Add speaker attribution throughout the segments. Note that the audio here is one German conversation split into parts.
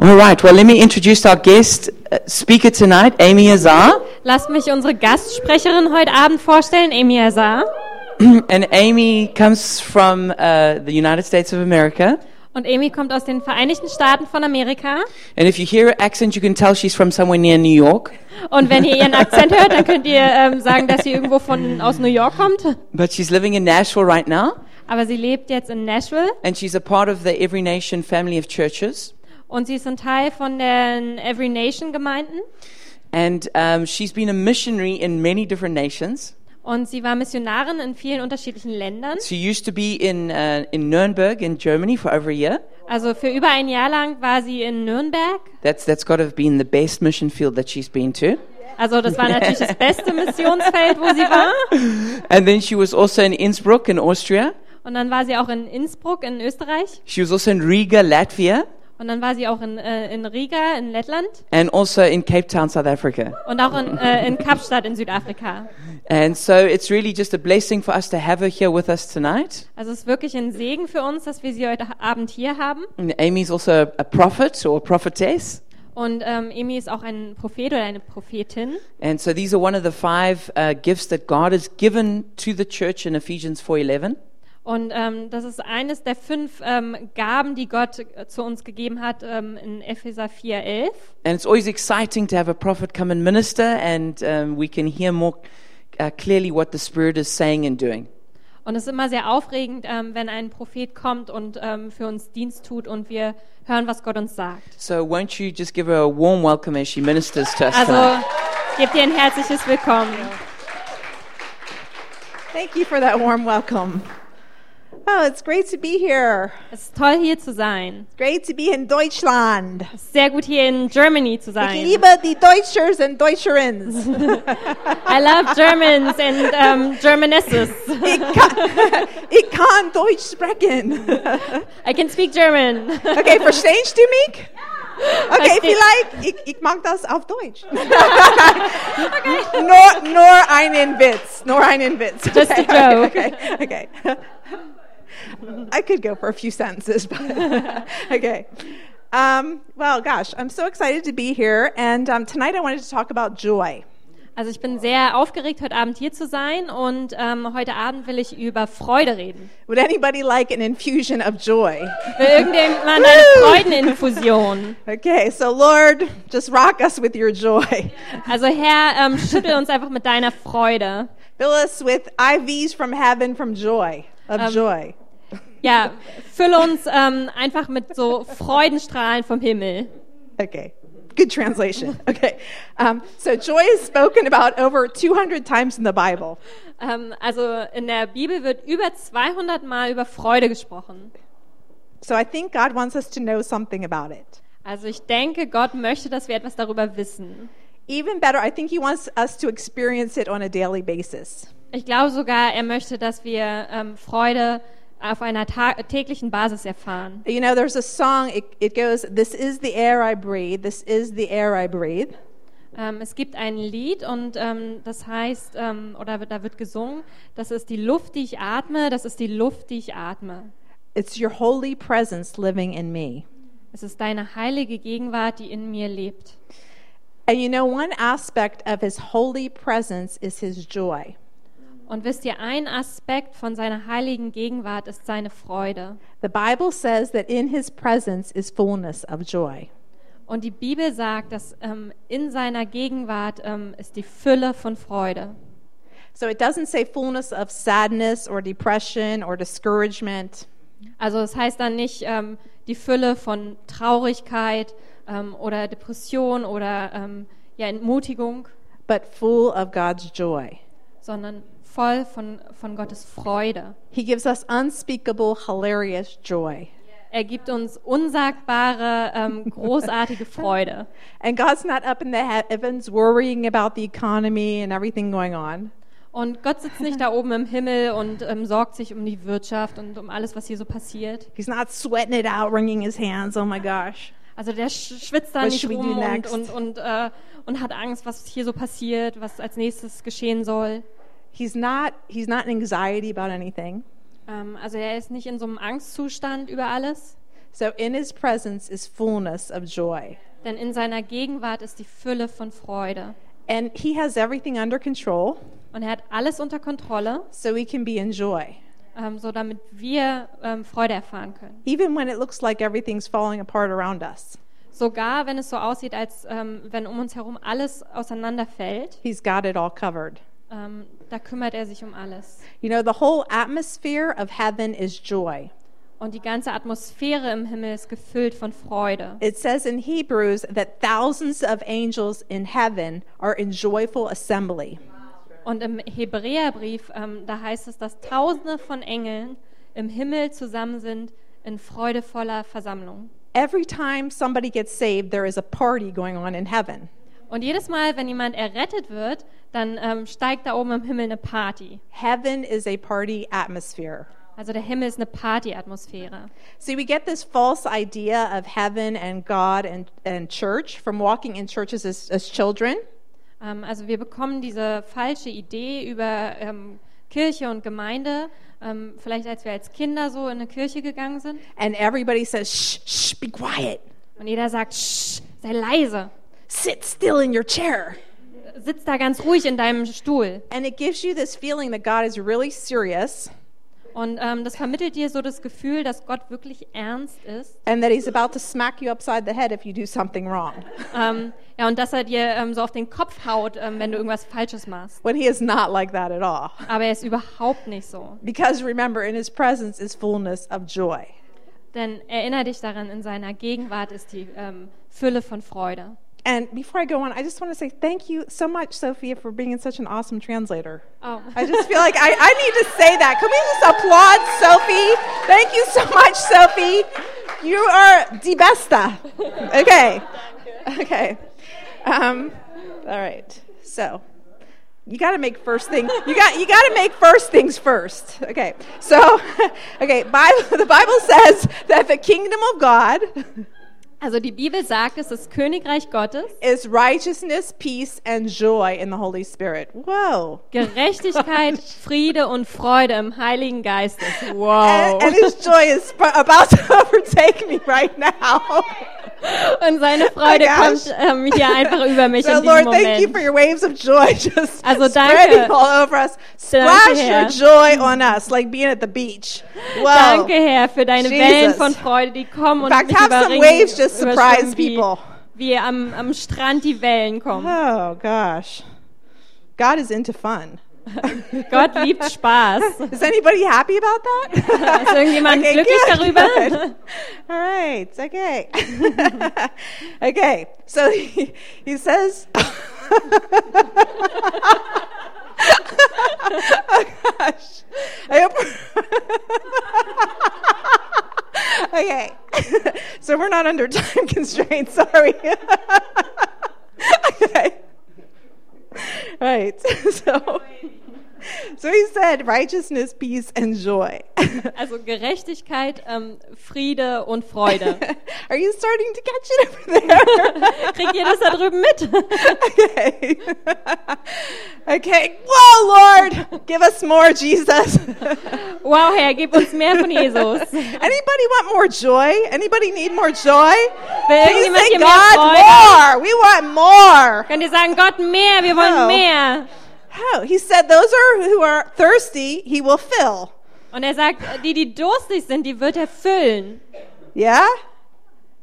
Speaker 1: All right, well, let me introduce our guest uh, speaker tonight, Amy Azar.
Speaker 2: Lasst mich unsere Gastsprecherin heute Abend vorstellen, Amy Azar.
Speaker 1: and Amy comes from uh, the United States of America.
Speaker 2: Und Amy kommt aus den Vereinigten Staaten von Amerika.
Speaker 1: And if you hear her accent, you can tell she's from somewhere near New York.
Speaker 2: Und wenn ihr ihren Akzent hört, dann könnt ihr ähm, sagen, dass sie irgendwo von, aus New York kommt.
Speaker 1: But she's living in Nashville right now,
Speaker 2: Aber sie lebt jetzt in Nashville
Speaker 1: and she's a part of the Every Nation family of churches.
Speaker 2: und sie ist ein Teil von den Every Nation Gemeinden.
Speaker 1: And um, she's been a missionary in many different nations.
Speaker 2: Und sie war Missionarin in vielen unterschiedlichen Ländern.
Speaker 1: She used to be in, uh, in Nuremberg in Germany for over a year.
Speaker 2: Also für über ein Jahr lang war sie in Nürnberg.
Speaker 1: That's, that's got to have been the best mission field that she's been to.
Speaker 2: Also das war natürlich das beste Missionsfeld, wo sie war.
Speaker 1: And then she was also in Innsbruck in Austria.
Speaker 2: Und dann war sie auch in Innsbruck in Österreich.
Speaker 1: She was also in Riga, Latvia,
Speaker 2: Und dann war sie auch in, äh, in Riga in Lettland.
Speaker 1: and also in Cape Town, South Africa.
Speaker 2: Und auch in, äh, in Kapstadt in Südafrika.
Speaker 1: And so it's really just a blessing for us to have her here with us tonight.
Speaker 2: Also es ist wirklich ein Segen für uns, dass wir sie heute Abend hier haben.
Speaker 1: And Amy's also a prophet or prophetess.
Speaker 2: Und ähm, Emi ist auch ein Prophet oder eine Prophetin.
Speaker 1: And so these are one of the five uh, gifts that God has given to the church in Ephesians 4:11.
Speaker 2: Und ähm, das ist eines der fünf ähm, Gaben, die Gott äh, zu uns gegeben hat ähm, in Epheser 4,11.
Speaker 1: And it's always exciting to have a prophet come and minister, and um, we can hear more uh, clearly what the Spirit is saying and doing.
Speaker 2: Und es ist immer sehr aufregend, ähm, wenn ein Prophet kommt und ähm, für uns Dienst tut und wir hören, was Gott uns sagt.
Speaker 1: So won't you just give her a warm welcome as she ministers to us
Speaker 2: Also
Speaker 1: tonight?
Speaker 2: gebt ihr ein herzliches Willkommen.
Speaker 3: Thank you for that warm welcome. Oh, it's great to be here.
Speaker 2: Es ist toll, hier zu sein.
Speaker 3: It's great to be in Deutschland.
Speaker 2: Es ist sehr gut, hier in Germany zu
Speaker 3: Ich
Speaker 2: sein.
Speaker 3: liebe die Deutschers und Deutscherinnen.
Speaker 2: I love Germans and ähm, Germanesses.
Speaker 3: Ich kann, ich kann Deutsch sprechen.
Speaker 2: I can speak German.
Speaker 3: Okay, verstehst du mich? Okay,
Speaker 2: Versteh-
Speaker 3: vielleicht, ich, ich mag das auf Deutsch. Nur, nur einen Witz, nur einen Witz.
Speaker 2: Just a joke.
Speaker 3: Okay, okay. okay. I could go for a few sentences, but okay. Um, well, gosh, I'm so excited to be here, and um, tonight I wanted to talk about joy.
Speaker 2: Also ich bin sehr aufgeregt, heute Abend hier zu sein und ähm, heute Abend will ich über Freude reden.
Speaker 3: Would anybody like an infusion of joy?
Speaker 2: Will irgendjemand eine
Speaker 3: Woo!
Speaker 2: Freudeninfusion?
Speaker 3: Okay, so Lord, just rock us with your joy.
Speaker 2: Also Herr, ähm, schüttel uns einfach mit deiner Freude.
Speaker 3: Fill us with IVs from heaven from joy, of
Speaker 2: Um,
Speaker 3: joy.
Speaker 2: Ja, fülle uns ähm, einfach mit so Freudenstrahlen vom Himmel.
Speaker 3: Okay, good translation. Okay, um, so joy is spoken about over 200 times in the Bible.
Speaker 2: Ähm, also in der Bibel wird über 200 Mal über Freude gesprochen.
Speaker 3: So I think God wants us to know something about it.
Speaker 2: Also ich denke, Gott möchte, dass wir etwas darüber wissen.
Speaker 3: Even better, I think He wants us to experience it on a daily basis.
Speaker 2: Ich glaube sogar, er möchte, dass wir ähm, Freude auf einer ta- täglichen Basis erfahren.
Speaker 3: You know, there's a song, it, it goes, This is the air I breathe, this is the air I breathe.
Speaker 2: Ähm, es gibt ein Lied und ähm, das heißt, ähm, oder wird, da wird gesungen, das ist die Luft, die ich atme, das ist die Luft, die ich atme.
Speaker 3: It's your holy presence living in me.
Speaker 2: Es ist deine heilige Gegenwart, die in mir lebt.
Speaker 3: And you know, one aspect of His holy presence is His joy.
Speaker 2: Und wisst ihr, ein Aspekt von seiner heiligen Gegenwart ist seine Freude.
Speaker 3: The Bible says that in His presence is fullness of joy.
Speaker 2: Und die Bibel sagt, dass ähm, in seiner Gegenwart ähm, ist die Fülle von Freude.
Speaker 3: So it doesn't say fullness of sadness or depression or discouragement.
Speaker 2: Also es heißt dann nicht ähm, die Fülle von Traurigkeit ähm, oder Depression oder ähm, ja, Entmutigung.
Speaker 3: but full of God's joy.
Speaker 2: sondern voll von, von Gottes Freude.
Speaker 3: He gives us unspeakable, hilarious joy.
Speaker 2: Er gibt uns unsagbare, ähm, großartige Freude.
Speaker 3: And God's not up in the heavens worrying about the economy and everything going on.
Speaker 2: Und Gott sitzt nicht da oben im Himmel und ähm, sorgt sich um die Wirtschaft und um alles, was hier so passiert.
Speaker 3: He's not sweating it out, wringing his hands. Oh my gosh.
Speaker 2: Also der sch schwitzt da
Speaker 3: What
Speaker 2: nicht
Speaker 3: should we
Speaker 2: rum
Speaker 3: do
Speaker 2: und,
Speaker 3: next?
Speaker 2: und, und, äh, und hat Angst, was hier so passiert, was als nächstes geschehen soll.
Speaker 3: He's not he's not in anxiety about anything.
Speaker 2: Ähm, also er ist nicht in so einem Angstzustand über alles,
Speaker 3: So in his presence is fullness of joy.
Speaker 2: Denn in seiner Gegenwart ist die Fülle von Freude.
Speaker 3: And he has everything under control
Speaker 2: Und er hat alles unter Kontrolle,
Speaker 3: so we can be in joy.
Speaker 2: ähm, so damit wir ähm, Freude erfahren können.
Speaker 3: Even when it looks like everything's falling apart around us,
Speaker 2: Sogar wenn es so aussieht, als ähm, wenn um uns herum alles auseinanderfällt,
Speaker 3: he's got it all covered.
Speaker 2: ähm, da kümmert er sich um alles.
Speaker 3: You know, the whole atmosphere of heaven is joy.
Speaker 2: Und die ganze Atmosphäre im Himmel ist gefüllt von Freude.
Speaker 3: It says in Hebrews that thousands of angels in heaven are in joyful assembly.
Speaker 2: Und im Hebräerbrief, ähm, da heißt es, dass Tausende von Engeln im Himmel zusammen sind in freudevoller Versammlung.
Speaker 3: Every time somebody gets saved, there is a party going on in heaven.
Speaker 2: Und jedes Mal, wenn jemand errettet wird, dann ähm, steigt da oben im Himmel eine Party.
Speaker 3: Heaven is a party atmosphere.
Speaker 2: Also der Himmel ist eine Partyatmosphäre.
Speaker 3: See, we get this false idea of heaven and God and, and church from walking in churches as, as children.
Speaker 2: Ähm, also wir bekommen diese falsche Idee über ähm, Kirche und Gemeinde, ähm, vielleicht als wir als Kinder so in eine Kirche gegangen sind.
Speaker 3: And everybody says, shh, shh, be quiet.
Speaker 2: Und jeder sagt, Shh, sei leise,
Speaker 3: Sit still in your chair.
Speaker 2: sitz da ganz ruhig in deinem Stuhl.
Speaker 3: And it gives you this feeling that God is really serious
Speaker 2: Und ähm, das vermittelt dir so das Gefühl, dass Gott wirklich ernst ist.
Speaker 3: and that he's about to smack you upside the head if you do something wrong
Speaker 2: Ähm, ja, und dass er dir ähm, so auf den Kopf haut, ähm, wenn du irgendwas Falsches machst.
Speaker 3: when he is not like that at all
Speaker 2: Aber er ist überhaupt nicht so.
Speaker 3: because remember in his presence is fullness of joy
Speaker 2: Denn erinnere dich daran, in seiner Gegenwart ist die ähm, Fülle von Freude.
Speaker 3: and before i go on i just want to say thank you so much sophia for being such an awesome translator
Speaker 2: Oh.
Speaker 3: i just feel like I, I need to say that can we just applaud sophie thank you so much sophie you are the besta okay okay um, all right so you got to make first thing you got you got to make first things first okay so okay bible the bible says that the kingdom of god
Speaker 2: Also die Bibel sagt, es ist Königreich Gottes,
Speaker 3: is righteousness peace and joy in the holy spirit whoa
Speaker 2: Gerechtigkeit, Friede und Freude im Heiligen Geist.
Speaker 3: and,
Speaker 2: Wow.
Speaker 3: and his joy is sp- about to overtake me right now
Speaker 2: Und seine Freude
Speaker 3: Oh my gosh.
Speaker 2: kommt ähm, hier einfach über mich
Speaker 3: so
Speaker 2: in diesem
Speaker 3: lord thank you for
Speaker 2: Moment.
Speaker 3: your waves of joy just
Speaker 2: Also danke.
Speaker 3: spreading all over us splash your
Speaker 2: Herr.
Speaker 3: joy on us like being at the beach wow
Speaker 2: Danke, Herr, für deine
Speaker 3: Jesus.
Speaker 2: Wellen von Freude, die kommen und
Speaker 3: In fact,
Speaker 2: mich
Speaker 3: have some
Speaker 2: überringen,
Speaker 3: waves just surprise
Speaker 2: überschwemmen, wie,
Speaker 3: people.
Speaker 2: wie am, am Strand die Wellen kommen.
Speaker 3: Oh gosh. God is into fun.
Speaker 2: Gott liebt Spaß.
Speaker 3: Is anybody happy about that?
Speaker 2: Ist irgendjemand glücklich darüber?
Speaker 3: All right. Okay. okay. So he, he says Oh gosh. I hope Okay. so we're not under time constraints, sorry. okay. Right. So So he said righteousness, peace and joy.
Speaker 2: Also Gerechtigkeit, ähm, Friede und Freude.
Speaker 3: Are you starting to catch it over there?
Speaker 2: Kriegt ihr das da drüben mit?
Speaker 3: okay. okay. Whoa, Lord, give us more, Jesus.
Speaker 2: Wow, Herr, gib uns mehr von Jesus.
Speaker 3: Anybody want more joy? Anybody need more joy?
Speaker 2: Will
Speaker 3: Please
Speaker 2: irgendjemand
Speaker 3: say,
Speaker 2: hier mehr
Speaker 3: God,
Speaker 2: Freude?
Speaker 3: more. We want more.
Speaker 2: Könnt ihr sagen, Gott, mehr, wir wollen
Speaker 3: Oh.
Speaker 2: mehr.
Speaker 3: Oh, he said, those are who are thirsty, he will fill.
Speaker 2: Und er sagt, die, die durstig sind, die wird er füllen.
Speaker 3: Yeah?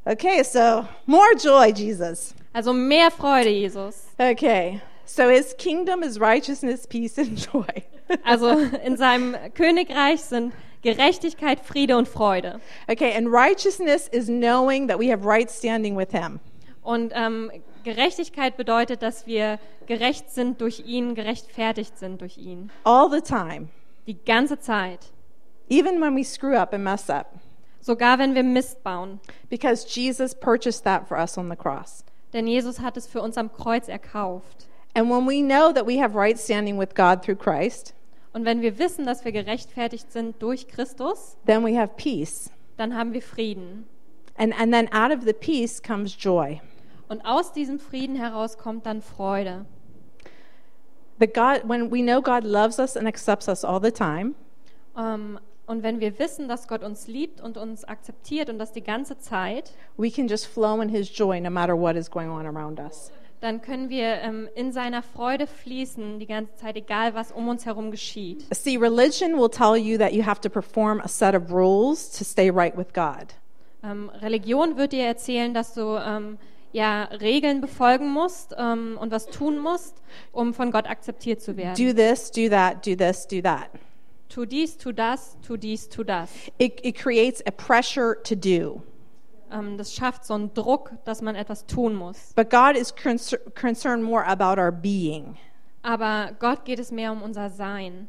Speaker 3: Okay, so more joy, Jesus.
Speaker 2: Also mehr Freude, Jesus.
Speaker 3: Okay. So his kingdom is righteousness, peace, and joy.
Speaker 2: Also in seinem Königreich sind Gerechtigkeit, Friede und Freude.
Speaker 3: Okay, and righteousness is knowing that we have right standing with him.
Speaker 2: Und ähm, Gerechtigkeit bedeutet, dass wir gerecht sind durch ihn, gerechtfertigt sind durch ihn.
Speaker 3: all the time,
Speaker 2: Die ganze Zeit.
Speaker 3: even when we screw up and mess up,
Speaker 2: Sogar wenn wir Mist bauen.
Speaker 3: because Jesus purchased that for us on the cross.
Speaker 2: Denn Jesus hat es für uns am Kreuz erkauft.
Speaker 3: And when we know that we have right standing with God through Christ,
Speaker 2: Und wenn wir wissen, dass wir gerechtfertigt sind durch Christus,
Speaker 3: then we have peace.
Speaker 2: dann haben wir Frieden.
Speaker 3: And, and then out of the peace comes joy.
Speaker 2: Und aus diesem Frieden heraus kommt dann Freude.
Speaker 3: But God, when we know God loves us and accepts us all the time,
Speaker 2: Ähm, Und wenn wir wissen, dass Gott uns liebt und uns akzeptiert und das die ganze Zeit,
Speaker 3: we can just flow in His joy no matter what is going on around us.
Speaker 2: dann können wir ähm, in seiner Freude fließen die ganze Zeit, egal was um uns herum geschieht.
Speaker 3: See, religion will tell you that you have to perform a set of rules to stay right with God.
Speaker 2: Ähm, Religion wird dir erzählen, dass du ähm, ja Regeln befolgen musst ähm, und was tun musst, um von Gott akzeptiert zu werden.
Speaker 3: Do this, do that, do this, do that.
Speaker 2: tu dies, tu das, tu dies, tu das.
Speaker 3: It, it creates a pressure to do.
Speaker 2: Ähm, das schafft so einen Druck, dass man etwas tun muss.
Speaker 3: But God is concer- concerned more about our being.
Speaker 2: Aber Gott geht es mehr um unser Sein.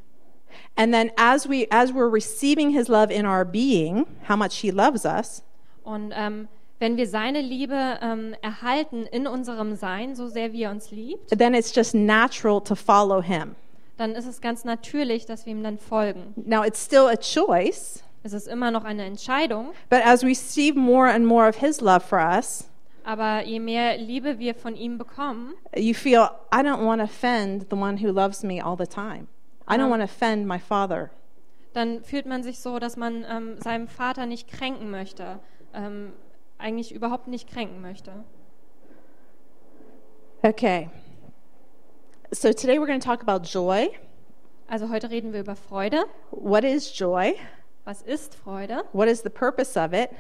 Speaker 3: And then as we as we're receiving his love in our being, how much he loves us,
Speaker 2: Und ähm, wenn wir seine Liebe ähm, erhalten in unserem Sein, so sehr wie er uns liebt,
Speaker 3: then it's just natural to follow him.
Speaker 2: dann ist es ganz natürlich, dass wir ihm dann folgen.
Speaker 3: Now it's still a choice,
Speaker 2: Es ist immer noch eine Entscheidung,
Speaker 3: but as we receive more and more of his love for us,
Speaker 2: aber je mehr Liebe wir von ihm bekommen,
Speaker 3: you feel I don't want to offend the one who loves me all the time. I don't
Speaker 2: Um,
Speaker 3: want to offend my father.
Speaker 2: dann fühlt man sich so, dass man ähm, seinem Vater nicht kränken möchte, ähm, eigentlich überhaupt nicht kränken möchte.
Speaker 3: Okay. So today we're going to talk about joy.
Speaker 2: Also heute reden wir über Freude.
Speaker 3: What is joy?
Speaker 2: Was ist Freude?
Speaker 3: What is the purpose of it?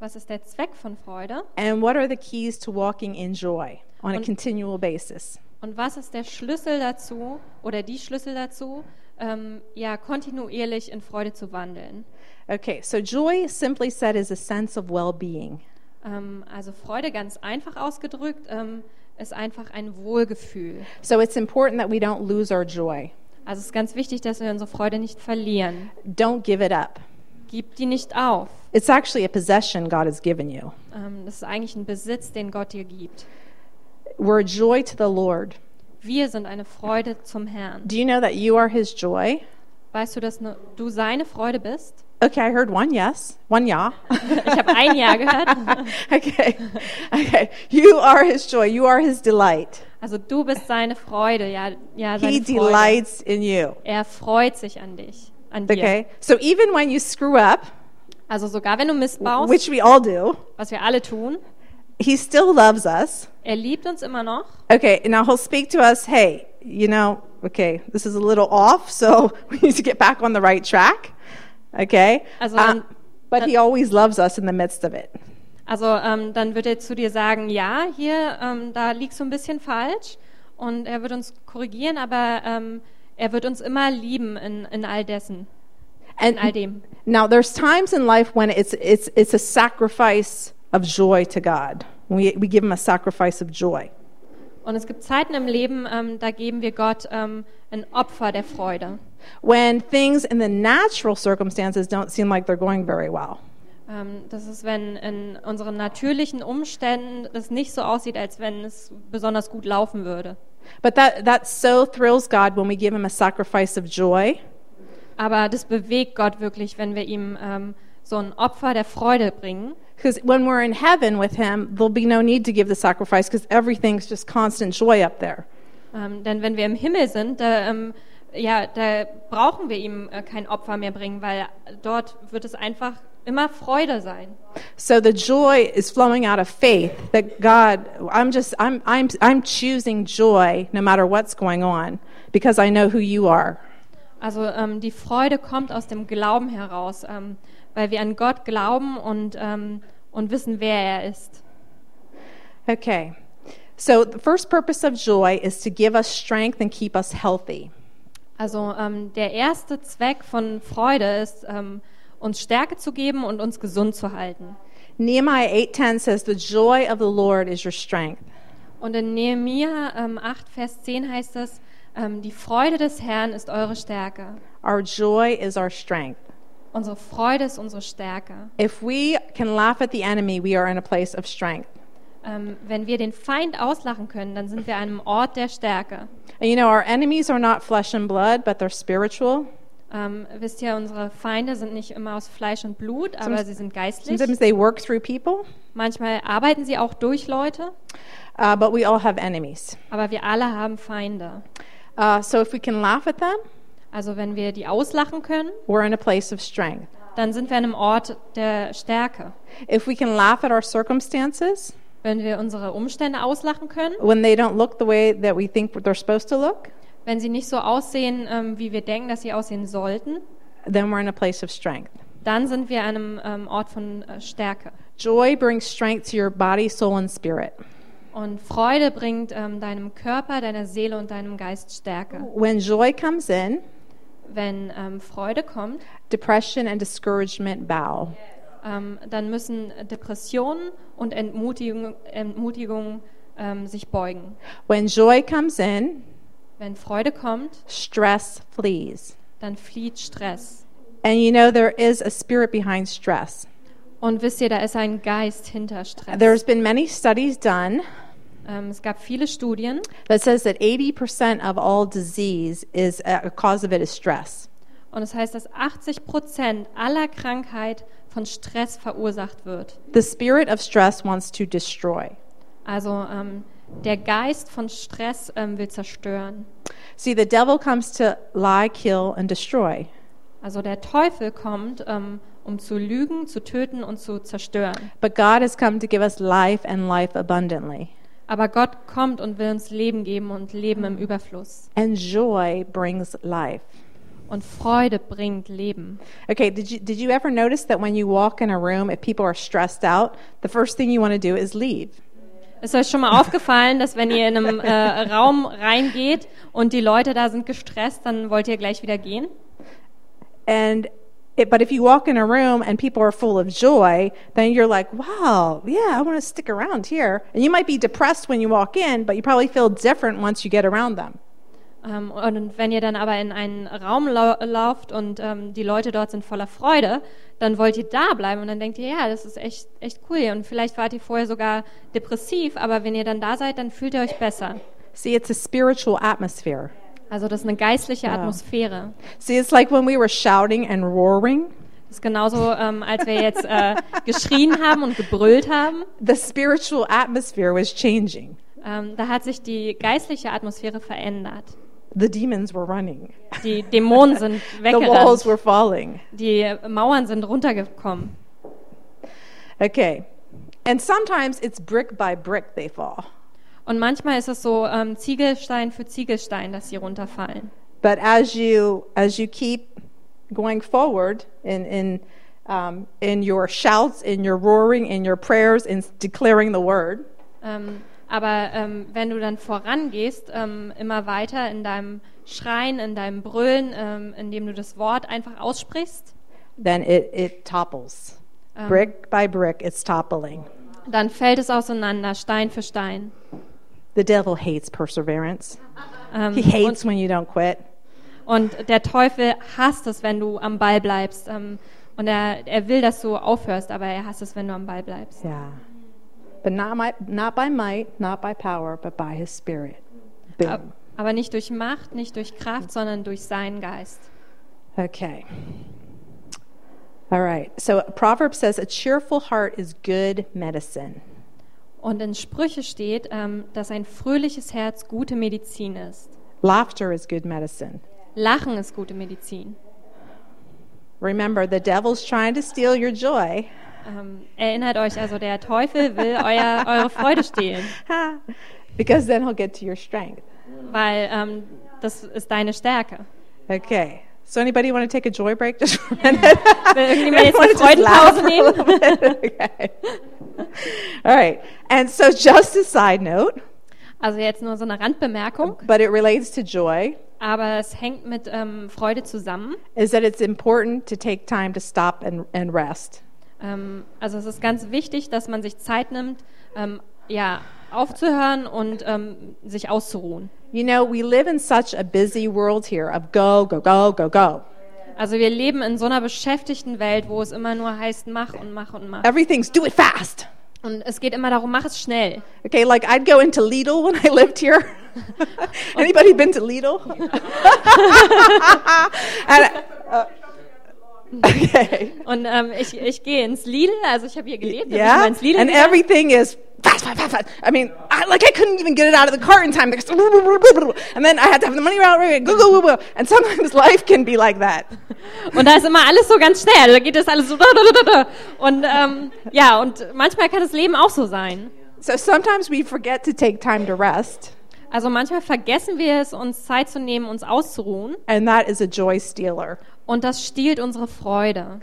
Speaker 2: Was ist der Zweck von Freude?
Speaker 3: And what are the keys to walking in joy on a
Speaker 2: Und-
Speaker 3: continual basis?
Speaker 2: Und was ist der Schlüssel dazu oder die Schlüssel dazu, ähm, ja kontinuierlich in Freude zu wandeln?
Speaker 3: Okay, so joy simply said is a sense of well being.
Speaker 2: Ähm, also Freude ganz einfach ausgedrückt ähm, ist einfach ein Wohlgefühl.
Speaker 3: So it's important that we don't lose our joy.
Speaker 2: Also es ist ganz wichtig, dass wir unsere Freude nicht verlieren.
Speaker 3: Don't give it up.
Speaker 2: Gib die nicht auf.
Speaker 3: It's actually a possession God has given you.
Speaker 2: Ähm, das ist eigentlich ein Besitz, den Gott dir gibt.
Speaker 3: We're a joy to the Lord.
Speaker 2: Wir sind eine Freude zum Herrn.
Speaker 3: Do you know that you are His joy?
Speaker 2: Weißt du, dass nur du seine Freude bist?
Speaker 3: Okay, I heard one yes, one yeah.
Speaker 2: Ich habe ein Ja gehört.
Speaker 3: okay, okay. You are His joy. You are His delight.
Speaker 2: Also du bist seine Freude, ja, ja seine
Speaker 3: He
Speaker 2: Freude.
Speaker 3: delights in you.
Speaker 2: Er freut sich an dich, an dir.
Speaker 3: Okay, so even when you screw up,
Speaker 2: Also sogar wenn du Mist baust,
Speaker 3: which we all do,
Speaker 2: was wir alle tun,
Speaker 3: He still loves us.
Speaker 2: er liebt uns immer noch.
Speaker 3: Okay, now he'll speak to us, hey, you know, okay, this is a little off, so we need to get back on the right track. Okay?
Speaker 2: Also,
Speaker 3: Um,
Speaker 2: um,
Speaker 3: but he always loves us in the midst of it.
Speaker 2: Also ähm, dann wird er zu dir sagen, ja, hier, ähm, da liegst du ein bisschen falsch. Und er wird uns korrigieren, aber ähm, er wird uns immer lieben in, in all dessen.
Speaker 3: And
Speaker 2: all dem.
Speaker 3: now there's times in life when it's it's it's a sacrifice of joy to God. We we give him a sacrifice of joy.
Speaker 2: Und es gibt Zeiten im Leben, ähm, da geben wir Gott ähm, ein Opfer der Freude.
Speaker 3: When things in the natural circumstances don't seem like they're going very well.
Speaker 2: Ähm, das ist, wenn in unseren natürlichen Umständen es nicht so aussieht, als wenn es besonders gut laufen würde.
Speaker 3: But that that so thrills God when we give him a sacrifice of joy.
Speaker 2: Aber das bewegt Gott wirklich, wenn wir ihm ähm, so ein Opfer der Freude bringen.
Speaker 3: Because when we're in heaven with him, there'll be no need to give the sacrifice because everything's just constant joy up there.
Speaker 2: Ähm, denn wenn wir im Himmel sind, da, ähm, ja, da brauchen wir ihm äh, kein Opfer mehr bringen, weil dort wird es einfach immer Freude sein.
Speaker 3: So the joy is flowing out of faith that God, I'm just, I'm, I'm, I'm choosing joy no matter what's going on because I know who you are.
Speaker 2: Also ähm, die Freude kommt aus dem Glauben heraus, ähm, weil wir an Gott glauben und, ähm, und wissen, wer er ist.
Speaker 3: Okay. So the first purpose of joy is to give us strength and keep us healthy.
Speaker 2: Also ähm, der erste Zweck von Freude ist, ähm, uns Stärke zu geben und uns gesund zu halten.
Speaker 3: Nehemiah 8:10 says, "The joy of the Lord is your strength."
Speaker 2: Und in Nehemiah ähm, 8, Vers 10 heißt es, ähm, die Freude des Herrn ist eure Stärke.
Speaker 3: Our joy is our strength.
Speaker 2: Unsere Freude ist unsere Stärke.
Speaker 3: If we can laugh at the enemy, we are in a place of strength.
Speaker 2: Ähm, wenn wir den Feind auslachen können, dann sind wir an einem Ort der Stärke.
Speaker 3: And you know, our enemies are not flesh and blood, but they're spiritual.
Speaker 2: Ähm, wisst ihr, unsere Feinde sind nicht immer aus Fleisch und Blut, aber
Speaker 3: Some-
Speaker 2: sie sind geistlich.
Speaker 3: Sometimes they work through people,
Speaker 2: Manchmal arbeiten sie auch durch Leute,
Speaker 3: uh, but we all have enemies.
Speaker 2: aber wir alle haben Feinde.
Speaker 3: Uh, so if we can laugh at them,
Speaker 2: Also wenn wir die auslachen können,
Speaker 3: we're in a place of strength.
Speaker 2: dann sind wir an einem Ort der Stärke.
Speaker 3: If we can laugh at our circumstances
Speaker 2: Wenn wir unsere Umstände auslachen können,
Speaker 3: when they don't look the way that we think they're supposed to look,
Speaker 2: wenn sie nicht so aussehen, ähm, wie wir denken, dass sie aussehen sollten,
Speaker 3: then we're in a place of strength.
Speaker 2: dann sind wir an einem ähm, Ort von äh, Stärke.
Speaker 3: Joy brings strength to your body, soul, and spirit.
Speaker 2: Und Freude bringt ähm, deinem Körper, deiner Seele und deinem Geist Stärke.
Speaker 3: When joy comes in,
Speaker 2: Wenn ähm, Freude kommt,
Speaker 3: depression and discouragement bow.
Speaker 2: ähm, dann müssen Depressionen und Entmutigung, Entmutigung ähm, sich beugen.
Speaker 3: When joy comes in,
Speaker 2: Wenn Freude kommt,
Speaker 3: stress flees.
Speaker 2: dann flieht Stress.
Speaker 3: And you know, there is a spirit behind stress.
Speaker 2: Und wisst ihr, da ist ein Geist hinter Stress.
Speaker 3: There's been many studies done
Speaker 2: ähm, es gab viele Studien
Speaker 3: that says that 80% of all disease is uh, a cause of it is stress.
Speaker 2: und es heißt, dass 80 Prozent aller Krankheit von Stress verursacht wird.
Speaker 3: The spirit of stress wants to destroy.
Speaker 2: Also ähm, der Geist von Stress ähm, will zerstören.
Speaker 3: See, the devil comes to lie, kill, and destroy.
Speaker 2: Also der Teufel kommt, ähm, um zu lügen, zu töten und zu zerstören.
Speaker 3: But God has come to give us life and life abundantly.
Speaker 2: Aber Gott kommt und will uns Leben geben und Leben im Überfluss.
Speaker 3: And joy brings life.
Speaker 2: Und Freude bringt Leben.
Speaker 3: Okay, did you, did you ever notice that when you walk in a room, if people are stressed out, the first thing you want to do is leave?
Speaker 2: Ist euch schon mal aufgefallen, dass wenn ihr in einem äh, Raum reingeht und die Leute da sind gestresst, dann wollt ihr gleich wieder gehen?
Speaker 3: And it, but if you walk in a room and people are full of joy, then you're like, wow, yeah, I want to stick around here. And you might be depressed when you walk in, but you probably feel different once you get around them.
Speaker 2: Ähm, und wenn ihr dann aber in einen Raum lau lauft und ähm, die Leute dort sind voller Freude, dann wollt ihr da bleiben und dann denkt ihr, ja, das ist echt, echt cool hier. Und vielleicht wart ihr vorher sogar depressiv, aber wenn ihr dann da seid, dann fühlt ihr euch besser.
Speaker 3: See, it's a spiritual atmosphere.
Speaker 2: Also das ist eine geistliche Atmosphäre.
Speaker 3: See, it's like when we were shouting and roaring,
Speaker 2: Das ist genauso, ähm, als wir jetzt äh, geschrien haben und gebrüllt haben.
Speaker 3: the spiritual atmosphere was changing.
Speaker 2: Ähm, da hat sich die geistliche Atmosphäre verändert.
Speaker 3: The demons were running.
Speaker 2: Die Dämonen sind
Speaker 3: The walls were
Speaker 2: weggerannt.
Speaker 3: falling.
Speaker 2: Die Mauern sind runtergekommen.
Speaker 3: Okay. And sometimes it's brick by brick they fall.
Speaker 2: Und manchmal ist es so ähm, Ziegelstein für Ziegelstein, dass sie runterfallen.
Speaker 3: But as you as you keep going forward in in um, in your shouts, in your roaring, in your prayers, in declaring the word,
Speaker 2: Ähm, aber ähm, wenn du dann vorangehst, ähm, immer weiter in deinem Schreien, in deinem Brüllen, ähm, indem du das Wort einfach aussprichst,
Speaker 3: then it it topples.
Speaker 2: ähm,
Speaker 3: Brick by brick, it's toppling.
Speaker 2: dann fällt es auseinander, Stein für Stein.
Speaker 3: The devil hates perseverance.
Speaker 2: Ähm,
Speaker 3: He hates when you don't quit.
Speaker 2: und, und der Teufel hasst es, wenn du am Ball bleibst. Ähm, und er, er will, dass du aufhörst, aber er hasst es, wenn du am Ball bleibst.
Speaker 3: Yeah. But not my, not by might, not by power, but by his spirit. Boom.
Speaker 2: Ab- Aber nicht durch Macht, nicht durch Kraft, sondern durch seinen Geist.
Speaker 3: Oh. Okay. All right. So Proverbs says a cheerful heart is good medicine.
Speaker 2: Und in Sprüche steht, ähm, dass ein fröhliches Herz gute Medizin ist.
Speaker 3: Laughter is good medicine.
Speaker 2: Lachen ist gute Medizin.
Speaker 3: Remember, the devil's trying to steal your joy.
Speaker 2: Ähm, erinnert euch also, der Teufel will euer, eure Freude stehlen,
Speaker 3: because then he'll get to your strength.
Speaker 2: weil ähm, das ist deine Stärke.
Speaker 3: Okay. So anybody want to take a joy break just for a minute?
Speaker 2: Will irgendjemand jetzt
Speaker 3: Everyone
Speaker 2: eine
Speaker 3: just laugh
Speaker 2: Freudenpause
Speaker 3: for a little
Speaker 2: nehmen?
Speaker 3: bit? okay. All right. And so just a side note,
Speaker 2: Also jetzt nur so eine Randbemerkung,
Speaker 3: but it relates to joy,
Speaker 2: aber es hängt mit ähm, Freude zusammen.
Speaker 3: is that it's important to take time to stop and, and rest.
Speaker 2: Ähm, also es ist ganz wichtig, dass man sich Zeit nimmt, ähm, ja, aufzuhören und ähm, sich auszuruhen.
Speaker 3: You know, we live in such a busy world here of go, go, go, go, go.
Speaker 2: Also wir leben in so einer beschäftigten Welt, wo es immer nur heißt, mach und mach und mach.
Speaker 3: Everything's do it fast.
Speaker 2: Und es geht immer darum, mach es schnell.
Speaker 3: Okay, like I'd go into Lidl when I lived here. Anybody been to Lidl? And, uh, okay.
Speaker 2: Und ähm, ich, ich gehe ins Lidl, also ich habe hier gelebt, dann bin ich
Speaker 3: Yeah.
Speaker 2: mal ins Lidl
Speaker 3: And
Speaker 2: gegangen.
Speaker 3: everything is fast, fast, fast, fast. I mean, I I, like I couldn't even get it out of the cart in time. And then I had to have the money route. And sometimes life can be like that.
Speaker 2: Und da ist immer alles so ganz schnell. Da geht das alles so. da, da, da, da. Und ähm, ja, und manchmal kann das Leben auch so sein.
Speaker 3: So sometimes we forget to take time to rest,
Speaker 2: Also manchmal vergessen wir es, uns Zeit zu nehmen, uns auszuruhen.
Speaker 3: and that is a joy stealer.
Speaker 2: Und das stiehlt unsere Freude.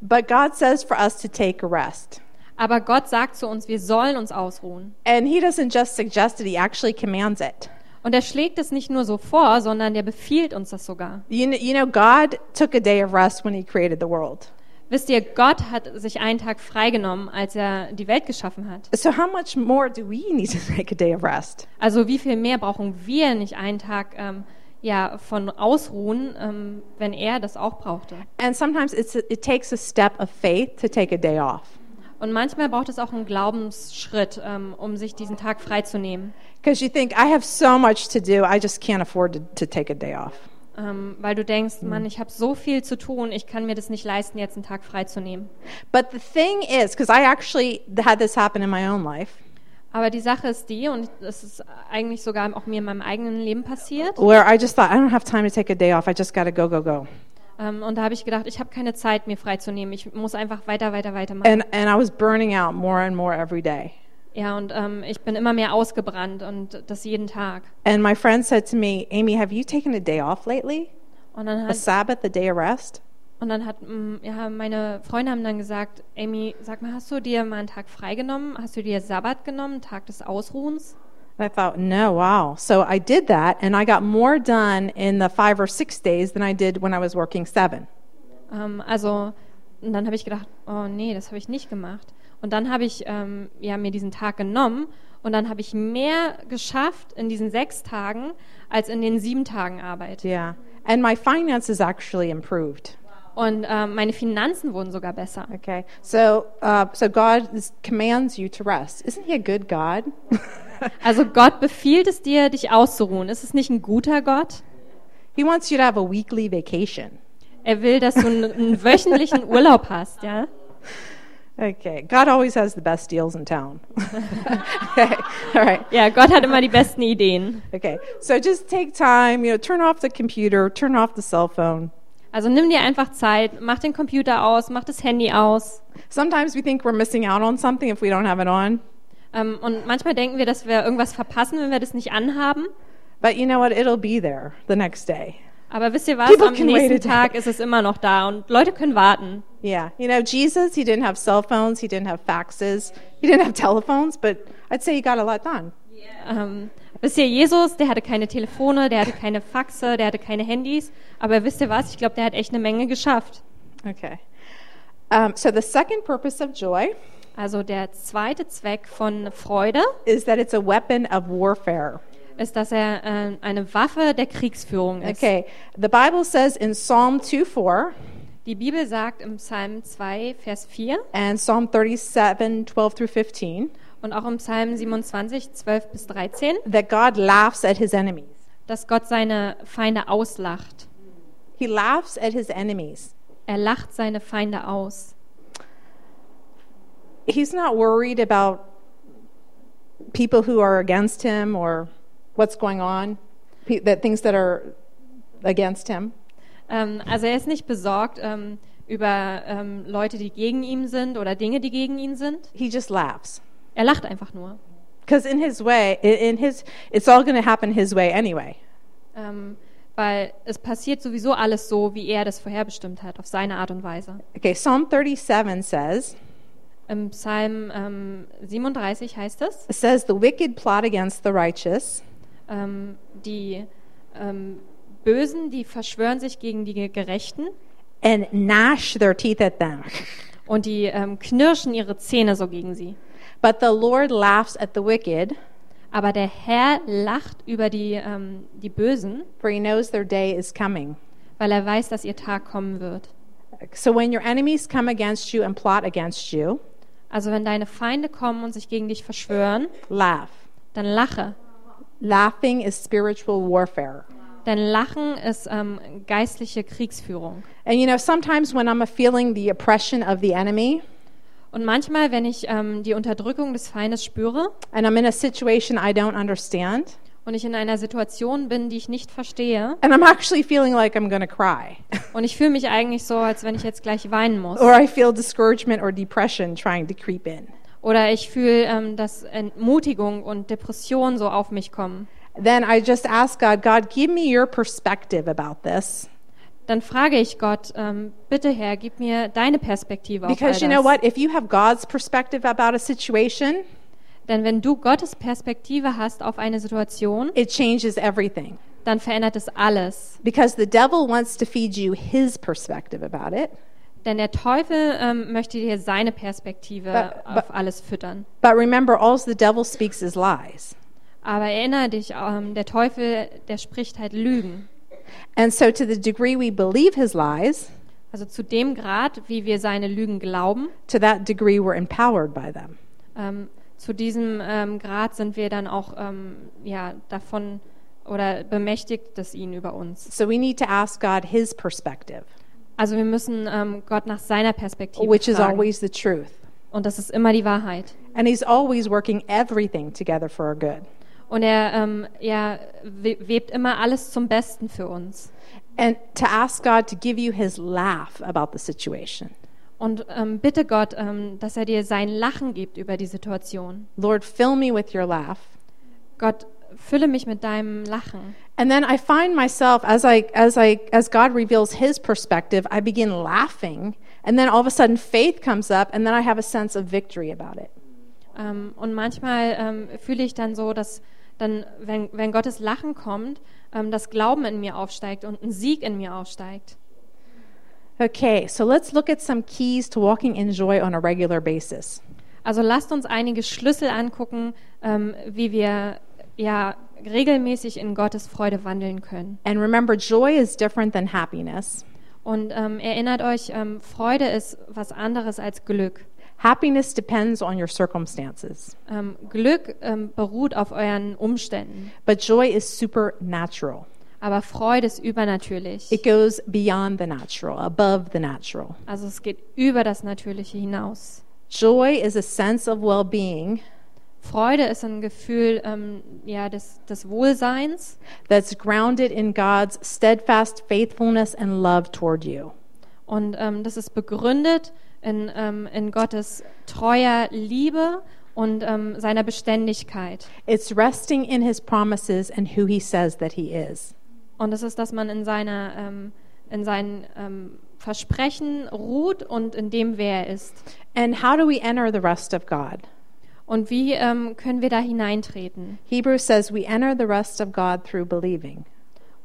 Speaker 3: But God says for us to take a rest.
Speaker 2: Aber Gott sagt zu uns, wir sollen uns ausruhen.
Speaker 3: And He doesn't just suggest it, He actually commands it.
Speaker 2: Und er schlägt es nicht nur so vor, sondern er befiehlt uns das sogar.
Speaker 3: You know, you know, God took a day of rest when He created the world.
Speaker 2: Wisst ihr, Gott hat sich einen Tag freigenommen, als er die Welt geschaffen hat.
Speaker 3: So, how much more do we need to take a day of rest?
Speaker 2: Also wie viel mehr brauchen wir nicht einen Tag ähm, ja, von Ausruhen, ähm, wenn er das auch brauchte.
Speaker 3: And sometimes it's it takes a step of faith to take a day off.
Speaker 2: Und manchmal braucht es auch einen Glaubensschritt, ähm, um sich diesen Tag freizunehmen.
Speaker 3: Because you think, I have so much to do, I just can't afford to, to take a day off.
Speaker 2: Ähm, weil du denkst, Mann, ich habe so viel zu tun, ich kann mir das nicht leisten, jetzt einen Tag freizunehmen.
Speaker 3: But the thing is, because I actually had this happen in my own life,
Speaker 2: Aber die Sache ist die, und es ist eigentlich sogar auch mir in meinem eigenen Leben passiert,
Speaker 3: where I just thought, I don't have time to take a day off, I just got to go, go, go.
Speaker 2: ähm, und da habe ich gedacht, ich habe keine Zeit, mir freizunehmen. Ich muss einfach weiter, weiter, weiter machen.
Speaker 3: And, and I was burning out more and more every day.
Speaker 2: Ja, und ähm, ich bin immer mehr ausgebrannt und das jeden Tag.
Speaker 3: And my friend said to me, Amy, have you taken a day off lately?
Speaker 2: Und dann
Speaker 3: A
Speaker 2: hat,
Speaker 3: Sabbath, a day of rest?
Speaker 2: und dann hat mm, ja, meine Freunde haben dann gesagt, Amy, sag mal, hast du dir mal einen Tag freigenommen? Hast du dir Sabbat genommen, einen Tag des Ausruhens?
Speaker 3: And I thought, no, wow. So I did that, and I got more done in the five or six days than I did when I was working seven.
Speaker 2: Ähm, also, und dann habe ich gedacht, oh nee, das habe ich nicht gemacht. Und dann habe ich ähm, ja, mir diesen Tag genommen und dann habe ich mehr geschafft in diesen sechs Tagen als in den sieben Tagen Arbeit.
Speaker 3: Yeah. And my finances actually improved.
Speaker 2: Und ähm, meine Finanzen wurden sogar besser.
Speaker 3: Okay. So, uh, so God is- commands you to rest. Isn't He a good God?
Speaker 2: Also Gott befiehlt es dir, dich auszuruhen. Ist es nicht ein guter Gott?
Speaker 3: he wants you to have a weekly vacation.
Speaker 2: Er will, dass du einen, einen wöchentlichen Urlaub hast, ja?
Speaker 3: Okay. God always has the best deals in town. okay. All right.
Speaker 2: Ja, Gott hat immer die besten Ideen.
Speaker 3: Okay. So just take time. You know, turn off the computer. Turn off the cell phone.
Speaker 2: Also nimm dir einfach Zeit, mach den Computer aus, mach das Handy aus.
Speaker 3: Sometimes we think we're missing out on something if we don't have it on.
Speaker 2: Ähm, und manchmal denken wir, dass wir irgendwas verpassen, wenn wir das nicht anhaben.
Speaker 3: But you know what? It'll be there the next day.
Speaker 2: Aber wisst ihr was?
Speaker 3: People
Speaker 2: Am
Speaker 3: can wait a
Speaker 2: nächsten
Speaker 3: day.
Speaker 2: Tag ist es immer noch da und Leute können warten.
Speaker 3: Yeah. You know, Jesus, he didn't have cell phones, he didn't have faxes, he didn't have telephones, but I'd say he got a lot done.
Speaker 2: Ähm, wisst ihr, Jesus, der hatte keine Telefone, der hatte keine Faxe, der hatte keine Handys. Aber wisst ihr was? Ich glaube, der hat echt eine Menge geschafft.
Speaker 3: Okay. Um, so the second purpose of joy
Speaker 2: Also der zweite Zweck von Freude
Speaker 3: is that it's a weapon of warfare.
Speaker 2: ist, dass er äh, eine Waffe der Kriegsführung ist.
Speaker 3: Okay. The Bible says in Psalm 2 4
Speaker 2: Die Bibel sagt im Psalm 2, Vers 4
Speaker 3: and Psalm 37 12 through 15
Speaker 2: und auch im Psalm 27, 12 bis 13,
Speaker 3: that God laughs at his enemies.
Speaker 2: dass Gott seine Feinde auslacht.
Speaker 3: He laughs at his enemies.
Speaker 2: Er lacht seine Feinde aus.
Speaker 3: He's not worried about people who are against him or what's going on, pe- that things that are against him.
Speaker 2: Ähm, also er ist nicht besorgt ähm, über ähm, Leute, die gegen ihn sind oder Dinge, die gegen ihn sind.
Speaker 3: He just laughs.
Speaker 2: Er lacht einfach nur.
Speaker 3: Because in his way, i- in his, it's all going to happen his way anyway.
Speaker 2: Ähm, weil es passiert sowieso alles so, wie er das vorherbestimmt hat, auf seine Art und Weise.
Speaker 3: Okay, Psalm 37 says,
Speaker 2: Im Psalm ähm, 37 heißt es,
Speaker 3: says the wicked plot against the righteous,
Speaker 2: ähm, die ähm, Bösen, die verschwören sich gegen die Gerechten
Speaker 3: and gnash their teeth at them.
Speaker 2: und die ähm, knirschen ihre Zähne so gegen sie.
Speaker 3: But the Lord laughs at the wicked,
Speaker 2: Aber der Herr lacht über die, ähm, die Bösen,
Speaker 3: for he knows their day is coming.
Speaker 2: weil er weiß, dass ihr Tag kommen wird.
Speaker 3: So when your enemies come against you and plot against you,
Speaker 2: Also wenn deine Feinde kommen und sich gegen dich verschwören,
Speaker 3: laugh.
Speaker 2: dann lache.
Speaker 3: Laughing is spiritual warfare.
Speaker 2: Denn Lachen ist ähm, geistliche Kriegsführung.
Speaker 3: And you know, sometimes when I'm feeling the oppression of the enemy,
Speaker 2: Und manchmal, wenn ich ähm, die Unterdrückung des Feindes spüre
Speaker 3: and I'm in a situation I don't understand,
Speaker 2: und ich in einer Situation bin, die ich nicht verstehe,
Speaker 3: and I'm actually feeling like I'm going to cry,
Speaker 2: und ich fühle mich eigentlich so, als wenn ich jetzt gleich weinen muss,
Speaker 3: or I feel discouragement or depression trying to creep in,
Speaker 2: oder ich fühle, ähm, dass Entmutigung und Depression so auf mich kommen,
Speaker 3: then I just ask God, God, give me your perspective about this.
Speaker 2: dann frage ich Gott, ähm, bitte Herr, gib mir deine Perspektive auf all
Speaker 3: Because
Speaker 2: das.
Speaker 3: you know what? If you have God's perspective about a situation,
Speaker 2: Denn wenn du Gottes Perspektive hast auf eine Situation,
Speaker 3: it changes everything.
Speaker 2: dann verändert es alles.
Speaker 3: Because the devil wants to feed you his perspective about it.
Speaker 2: Denn der Teufel ähm, möchte dir seine Perspektive
Speaker 3: Ba- ba-
Speaker 2: auf alles füttern.
Speaker 3: But remember, all the devil speaks is lies.
Speaker 2: Aber erinnere dich, ähm, der Teufel, der spricht halt Lügen.
Speaker 3: And so, to the degree we believe his lies,
Speaker 2: Also zu dem Grad, wie wir seine Lügen glauben,
Speaker 3: to that degree we're empowered by them.
Speaker 2: ähm, zu diesem ähm, Grad sind wir dann auch ähm, ja, davon oder bemächtigt es ihn über uns.
Speaker 3: So, we need to ask God his perspective,
Speaker 2: Also wir müssen ähm, Gott nach seiner Perspektive
Speaker 3: which is
Speaker 2: fragen.
Speaker 3: always the truth.
Speaker 2: Und das ist immer die Wahrheit.
Speaker 3: And he's always working everything together for our good.
Speaker 2: Und er, ähm, er we- webt immer alles zum Besten für uns.
Speaker 3: And to ask God to give you his laugh about the situation.
Speaker 2: Und ähm, bitte Gott, ähm, dass er dir sein Lachen gibt über die Situation.
Speaker 3: Lord, fill me with your laugh.
Speaker 2: Gott, fülle mich mit deinem Lachen.
Speaker 3: And then I find myself as I as I as God reveals his perspective, I begin laughing, and then all of a sudden faith comes up and then I have a sense of victory about it.
Speaker 2: Ähm, und manchmal ähm, fühle ich dann so, dass dann, wenn, wenn Gottes Lachen kommt, ähm, das Glauben in mir aufsteigt und ein Sieg in mir aufsteigt.
Speaker 3: Okay, so let's look at some keys to walking in joy on a regular basis.
Speaker 2: Also lasst uns einige Schlüssel angucken, ähm, wie wir ja regelmäßig in Gottes Freude wandeln können.
Speaker 3: And remember joy is different than happiness.
Speaker 2: Und ähm, erinnert euch, ähm, Freude ist was anderes als Glück.
Speaker 3: Happiness depends on your circumstances,
Speaker 2: Ähm, Glück ähm, beruht auf euren Umständen,
Speaker 3: but joy is supernatural.
Speaker 2: aber Freude ist übernatürlich.
Speaker 3: It goes beyond the natural, above the natural.
Speaker 2: Also es geht über das Natürliche hinaus.
Speaker 3: Joy is a sense of well-being
Speaker 2: Freude ist ein Gefühl ähm, ja, des, des Wohlseins
Speaker 3: that's grounded in God's steadfast faithfulness and love toward you.
Speaker 2: und ähm, das ist begründet in, ähm, in Gottes treuer Liebe und ähm, seiner Beständigkeit.
Speaker 3: It's resting in his promises and who he says that he is.
Speaker 2: Und das ist, dass man in, seiner, ähm, in seinen ähm, Versprechen ruht und in dem, wer er ist.
Speaker 3: And how do we enter the rest of God?
Speaker 2: Und wie ähm, können wir da hineintreten?
Speaker 3: Hebrews says we enter the rest of God through believing.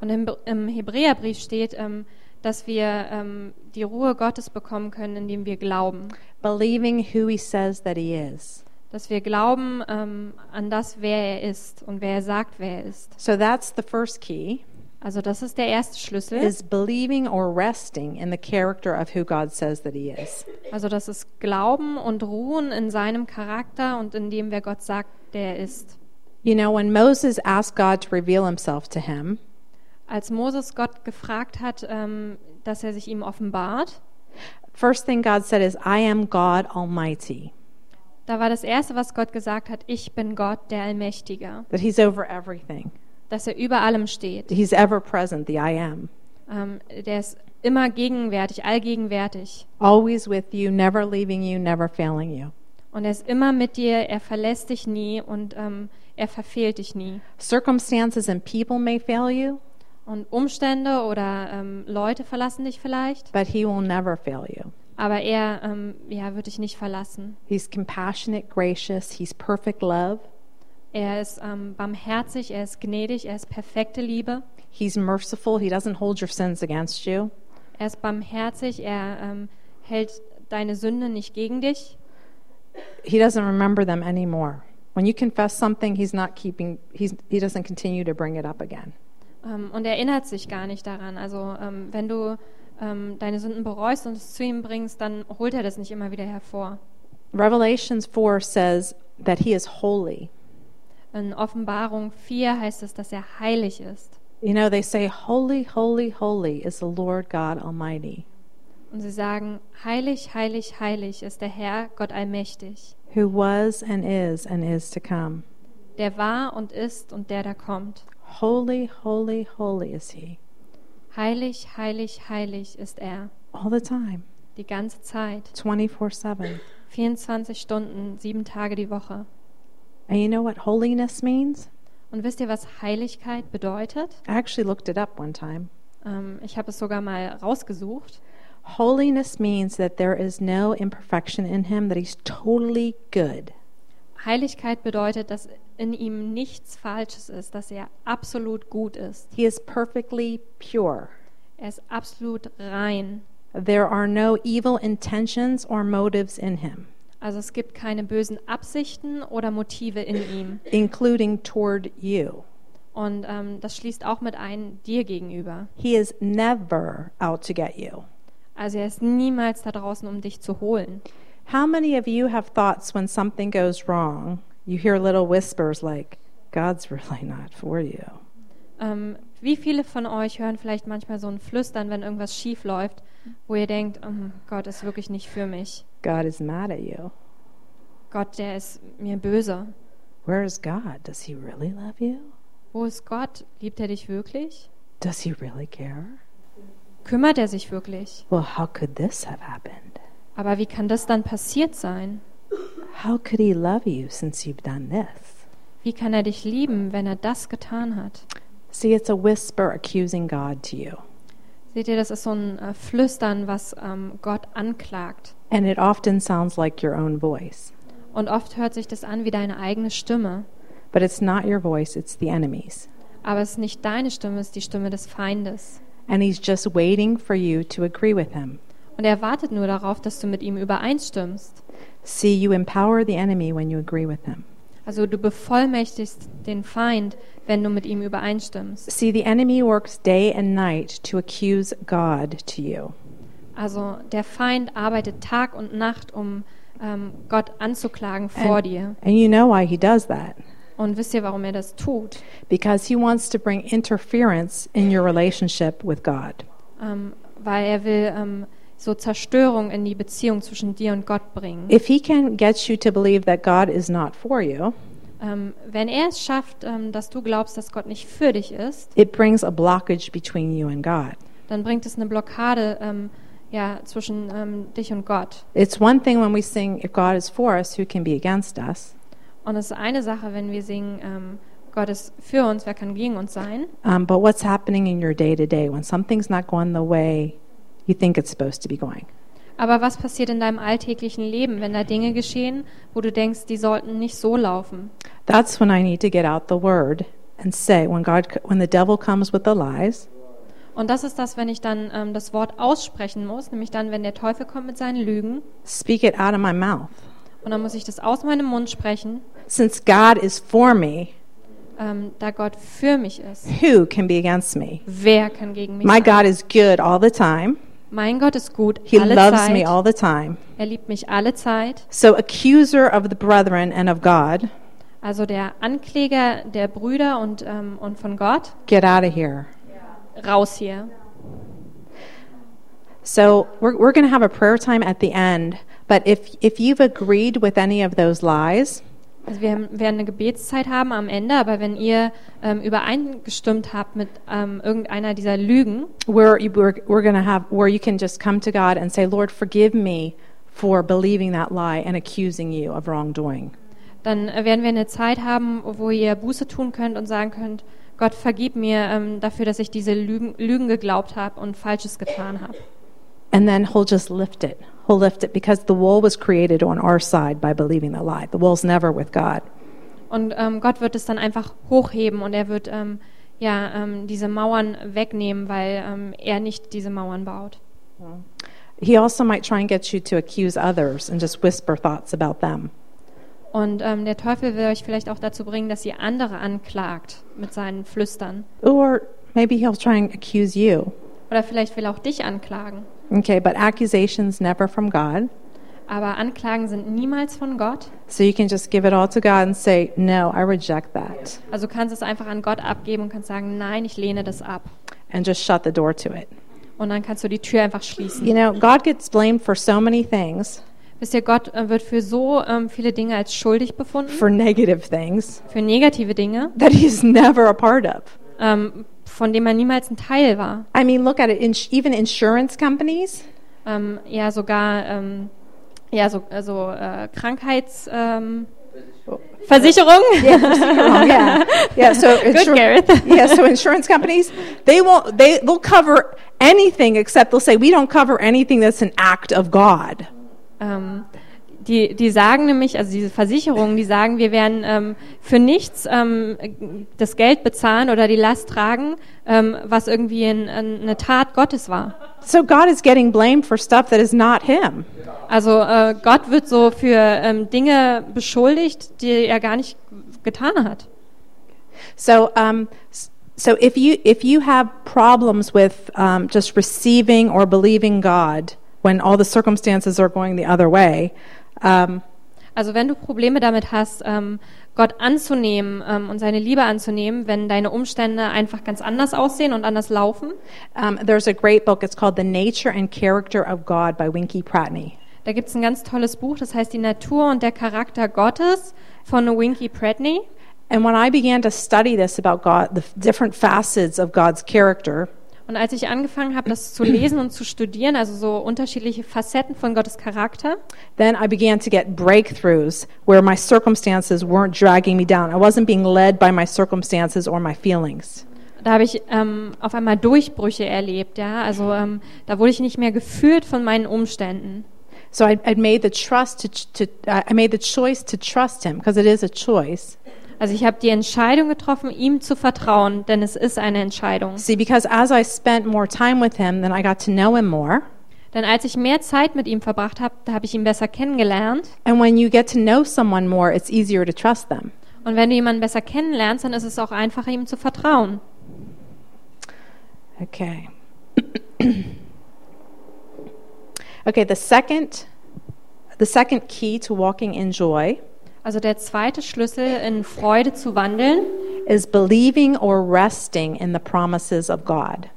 Speaker 2: Und im, im Hebräerbrief steht, ähm, dass wir ähm, die Ruhe Gottes bekommen können, indem wir glauben.
Speaker 3: Believing who he says that he is.
Speaker 2: Dass wir glauben ähm, an das, wer er ist und wer er sagt, wer er ist.
Speaker 3: So that's the first key
Speaker 2: Also das ist der erste Schlüssel.
Speaker 3: is believing or resting in the character of who God says that he is.
Speaker 2: Also das ist Glauben und Ruhen in seinem Charakter und in dem, wer Gott sagt, der er ist.
Speaker 3: You know, when Moses asked God to reveal himself to him,
Speaker 2: Als Moses Gott gefragt hat, ähm, dass er sich ihm offenbart,
Speaker 3: first thing God said is, "I am God Almighty."
Speaker 2: da war das Erste, was Gott gesagt hat, ich bin Gott, der Allmächtiger,
Speaker 3: That he's over everything.
Speaker 2: dass er über allem steht.
Speaker 3: He's ever present, the I am.
Speaker 2: Ähm, der ist immer gegenwärtig, allgegenwärtig.
Speaker 3: Always with you, never leaving you, never failing you.
Speaker 2: Und er ist immer mit dir, er verlässt dich nie und ähm, er verfehlt dich nie.
Speaker 3: Circumstances and people may fail you,
Speaker 2: Und Umstände oder ähm, Leute verlassen dich vielleicht,
Speaker 3: but he will never fail you.
Speaker 2: aber er ähm, ja, wird dich nicht verlassen.
Speaker 3: He's compassionate, gracious, he's perfect love,
Speaker 2: Er ist ähm, barmherzig, er ist gnädig, er ist perfekte Liebe.
Speaker 3: he's merciful, he doesn't hold your sins against you.
Speaker 2: Er ist barmherzig, er ähm, hält deine Sünde nicht gegen dich.
Speaker 3: He doesn't remember them anymore. When you confess something, he's not keeping he's, he doesn't continue to bring it up again.
Speaker 2: Ähm, und er erinnert sich gar nicht daran. Also ähm, wenn du ähm, deine Sünden bereust und es zu ihm bringst, dann holt er das nicht immer wieder hervor.
Speaker 3: Revelations 4 says that he is holy.
Speaker 2: In Offenbarung 4 heißt es, dass er heilig ist.
Speaker 3: You know, they say holy, holy, holy is the Lord God Almighty.
Speaker 2: Und sie sagen, heilig, heilig, heilig ist der Herr, Gott allmächtig,
Speaker 3: who was and is and is to come.
Speaker 2: der war und ist und der da kommt.
Speaker 3: Holy, holy, holy is he.
Speaker 2: Heilig, heilig, heilig ist er,
Speaker 3: All the time,
Speaker 2: die ganze Zeit,
Speaker 3: 24 7.
Speaker 2: 24 Stunden, sieben Tage die Woche.
Speaker 3: And you know what holiness means?
Speaker 2: Und wisst ihr, was Heiligkeit bedeutet?
Speaker 3: I actually looked it up one time.
Speaker 2: Ähm, ich habe es sogar mal rausgesucht.
Speaker 3: Holiness means that there is no imperfection in him, that he's totally good.
Speaker 2: Heiligkeit bedeutet, dass in ihm nichts Falsches ist, dass er absolut gut ist.
Speaker 3: He is perfectly pure.
Speaker 2: Er ist absolut rein.
Speaker 3: There are no evil intentions or motives in him,
Speaker 2: Also es gibt keine bösen Absichten oder Motive in ihm.
Speaker 3: including toward you.
Speaker 2: Und ähm, das schließt auch mit ein dir gegenüber.
Speaker 3: He is never out to get you.
Speaker 2: Also er ist niemals da draußen, um dich zu holen.
Speaker 3: How many of you have thoughts when something goes wrong? You hear little whispers like, God's really not for you.
Speaker 2: Ähm, wie viele von euch hören vielleicht manchmal so ein Flüstern, wenn irgendwas schief läuft, wo ihr denkt, oh Gott ist wirklich nicht für mich.
Speaker 3: God is mad at you.
Speaker 2: Gott, der ist mir böse.
Speaker 3: Where is God? Does he really love you?
Speaker 2: Wo ist Gott? Liebt er dich wirklich?
Speaker 3: Does he really care?
Speaker 2: Kümmert er sich wirklich?
Speaker 3: Well, how could this have happened?
Speaker 2: Aber wie kann das dann passiert sein?
Speaker 3: How could he love you since you've done this?
Speaker 2: Wie kann er dich lieben, wenn er das getan hat?
Speaker 3: See, it's a whisper accusing God to you.
Speaker 2: Seht ihr, das ist so ein äh, Flüstern, was ähm, Gott anklagt.
Speaker 3: And it often sounds like your own voice.
Speaker 2: Und oft hört sich das an wie deine eigene Stimme.
Speaker 3: But it's not your voice, it's the enemy's.
Speaker 2: Aber es ist nicht deine Stimme, es ist die Stimme des Feindes.
Speaker 3: And he's just waiting for you to agree with him.
Speaker 2: Und er wartet nur darauf, dass du mit ihm übereinstimmst.
Speaker 3: See, you empower the enemy when you agree with him.
Speaker 2: Also du bevollmächtigst den Feind, wenn du mit ihm übereinstimmst.
Speaker 3: See, the enemy works day and night to accuse God to you.
Speaker 2: Also der Feind arbeitet Tag und Nacht, um ähm, Gott anzuklagen vor
Speaker 3: Ähm.
Speaker 2: dir.
Speaker 3: And you know why he does that.
Speaker 2: Und wisst ihr, warum er das tut?
Speaker 3: Because he wants to bring interference in your relationship with God.
Speaker 2: Ähm, weil er will ähm, so Zerstörung in die Beziehung zwischen dir und Gott bringen.
Speaker 3: If he can get you to believe that God is not for you,
Speaker 2: Ähm, wenn er es schafft, ähm, dass du glaubst, dass Gott nicht für dich ist,
Speaker 3: it brings a blockage between you and God.
Speaker 2: dann bringt es eine Blockade ähm, ja, zwischen ähm, dich und Gott.
Speaker 3: It's one thing when we sing, If God is for us, who can be against us?
Speaker 2: Und es ist eine Sache, wenn wir singen, ähm, Gott ist für uns, wer kann gegen uns sein?
Speaker 3: Um, but what's happening in your day to day when something's not going the way you think it's supposed to be going?
Speaker 2: Aber was passiert in deinem alltäglichen Leben, wenn da Dinge geschehen, wo du denkst, die sollten nicht so laufen?
Speaker 3: That's when I need to get out the word and say, when God, when the devil comes with the lies,
Speaker 2: Und das ist das, wenn ich dann ähm, das Wort aussprechen muss, nämlich dann, wenn der Teufel kommt mit seinen Lügen,
Speaker 3: speak it out of my mouth.
Speaker 2: und dann muss ich das aus meinem Mund sprechen,
Speaker 3: Since God is for me,
Speaker 2: ähm, da Gott für mich ist.
Speaker 3: who can be against me?
Speaker 2: Wer kann gegen mich
Speaker 3: My
Speaker 2: sein?
Speaker 3: God is good all the time.
Speaker 2: Mein Gott ist gut
Speaker 3: He
Speaker 2: alle
Speaker 3: loves
Speaker 2: Zeit.
Speaker 3: me all the time.
Speaker 2: Er liebt mich alle Zeit.
Speaker 3: So, accuser of the brethren and of God,
Speaker 2: Also der Ankläger der Brüder und, ähm, und von Gott,
Speaker 3: get out of here.
Speaker 2: raus hier.
Speaker 3: So, we're, we're going to have a prayer time at the end. But if, if you've agreed with any of those lies,
Speaker 2: Also wir haben- werden eine Gebetszeit haben am Ende, aber wenn ihr ähm, übereingestimmt habt mit ähm, irgendeiner dieser Lügen,
Speaker 3: where you, we're, we're going to have where you can just come to God and say, Lord, forgive me for believing that lie and accusing you of wrongdoing.
Speaker 2: dann äh, werden wir eine Zeit haben, wo ihr Buße tun könnt und sagen könnt, Gott vergib mir ähm, dafür, dass ich diese Lügen, Lügen geglaubt habe und Falsches getan habe.
Speaker 3: And then he'll just lift it. He'll lift it because the wool was created on our side by believing the lie. The wool's never with God.
Speaker 2: Und ähm, Gott wird es dann einfach hochheben und er wird ähm, ja ähm, diese Mauern wegnehmen, weil ähm, er nicht diese Mauern baut.
Speaker 3: He also might try and get you to accuse others and just whisper thoughts about them.
Speaker 2: Und ähm, der Teufel will euch vielleicht auch dazu bringen, dass ihr andere anklagt mit seinen Flüstern.
Speaker 3: Or maybe he'll try and accuse you.
Speaker 2: Oder vielleicht will er auch dich anklagen.
Speaker 3: Okay, but accusations never from God.
Speaker 2: Aber Anklagen sind niemals von Gott.
Speaker 3: So you can just give it all to God and say, No, I reject that.
Speaker 2: Also kannst du es einfach an Gott abgeben und kannst sagen, nein, ich lehne das ab.
Speaker 3: And just shut the door to it.
Speaker 2: Und dann kannst du die Tür einfach schließen.
Speaker 3: You know, God gets blamed for so many things,
Speaker 2: Wisst ihr, Gott äh, wird für so ähm, viele Dinge als schuldig befunden,
Speaker 3: for negative things
Speaker 2: für negative Dinge,
Speaker 3: that he's never a part of.
Speaker 2: ähm, von denen man niemals ein Teil war.
Speaker 3: I mean, look at it. Ins even insurance companies,
Speaker 2: Ähm, ja, sogar ähm, ja, so, also, äh, Krankheits... Ähm, Versicherung?
Speaker 3: Oh, yeah, yeah. So, insur-
Speaker 2: Gareth.
Speaker 3: yeah. So insurance companies, they won't. They they'll cover anything except they'll say we don't cover anything that's an act of God.
Speaker 2: Ähm, die, die sagen nämlich, also diese Versicherungen, die sagen, wir werden ähm, für nichts ähm, das Geld bezahlen oder die Last tragen, ähm, was irgendwie ein, ein, eine Tat Gottes war.
Speaker 3: So God is getting blamed for stuff that is not Him.
Speaker 2: Also äh, Gott wird so für ähm, Dinge beschuldigt, die er gar nicht getan hat.
Speaker 3: So um, s- so if you if you have problems with um, just receiving or believing God when all the circumstances are going the other way. Um,
Speaker 2: Also wenn du Probleme damit hast, ähm, Gott anzunehmen ähm, und seine Liebe anzunehmen, wenn deine Umstände einfach ganz anders aussehen und anders laufen,
Speaker 3: um, there's a great book. It's called The Nature and Character of God by Winky Pratney.
Speaker 2: Da gibt es ein ganz tolles Buch, das heißt Die Natur und der Charakter Gottes von Winky Predney.
Speaker 3: And when I began to study this about God, the different facets of God's character,
Speaker 2: Und als ich angefangen habe, das zu lesen und zu studieren, also so unterschiedliche Facetten von Gottes Charakter,
Speaker 3: then I began to get breakthroughs where my circumstances weren't dragging me down. I wasn't being led by my circumstances or my feelings.
Speaker 2: da habe ich ähm, auf einmal Durchbrüche erlebt, ja. Also ähm, da wurde ich nicht mehr geführt von meinen Umständen.
Speaker 3: So I, I made the trust to, ch- to uh, I made the choice to trust Him because it is a choice.
Speaker 2: Also ich habe die Entscheidung getroffen, ihm zu vertrauen, denn es ist eine Entscheidung.
Speaker 3: See, because as I spent more time with Him, then I got to know Him more.
Speaker 2: Denn als ich mehr Zeit mit ihm verbracht habe, da habe ich ihn besser kennengelernt.
Speaker 3: And when you get to know someone more, it's easier to trust them.
Speaker 2: Und wenn du jemanden besser kennenlernst, dann ist es auch einfacher, ihm zu vertrauen.
Speaker 3: Okay. okay, the second the second key to walking in joy
Speaker 2: Also der zweite Schlüssel, in Freude zu wandeln,
Speaker 3: is believing or resting in the promises of God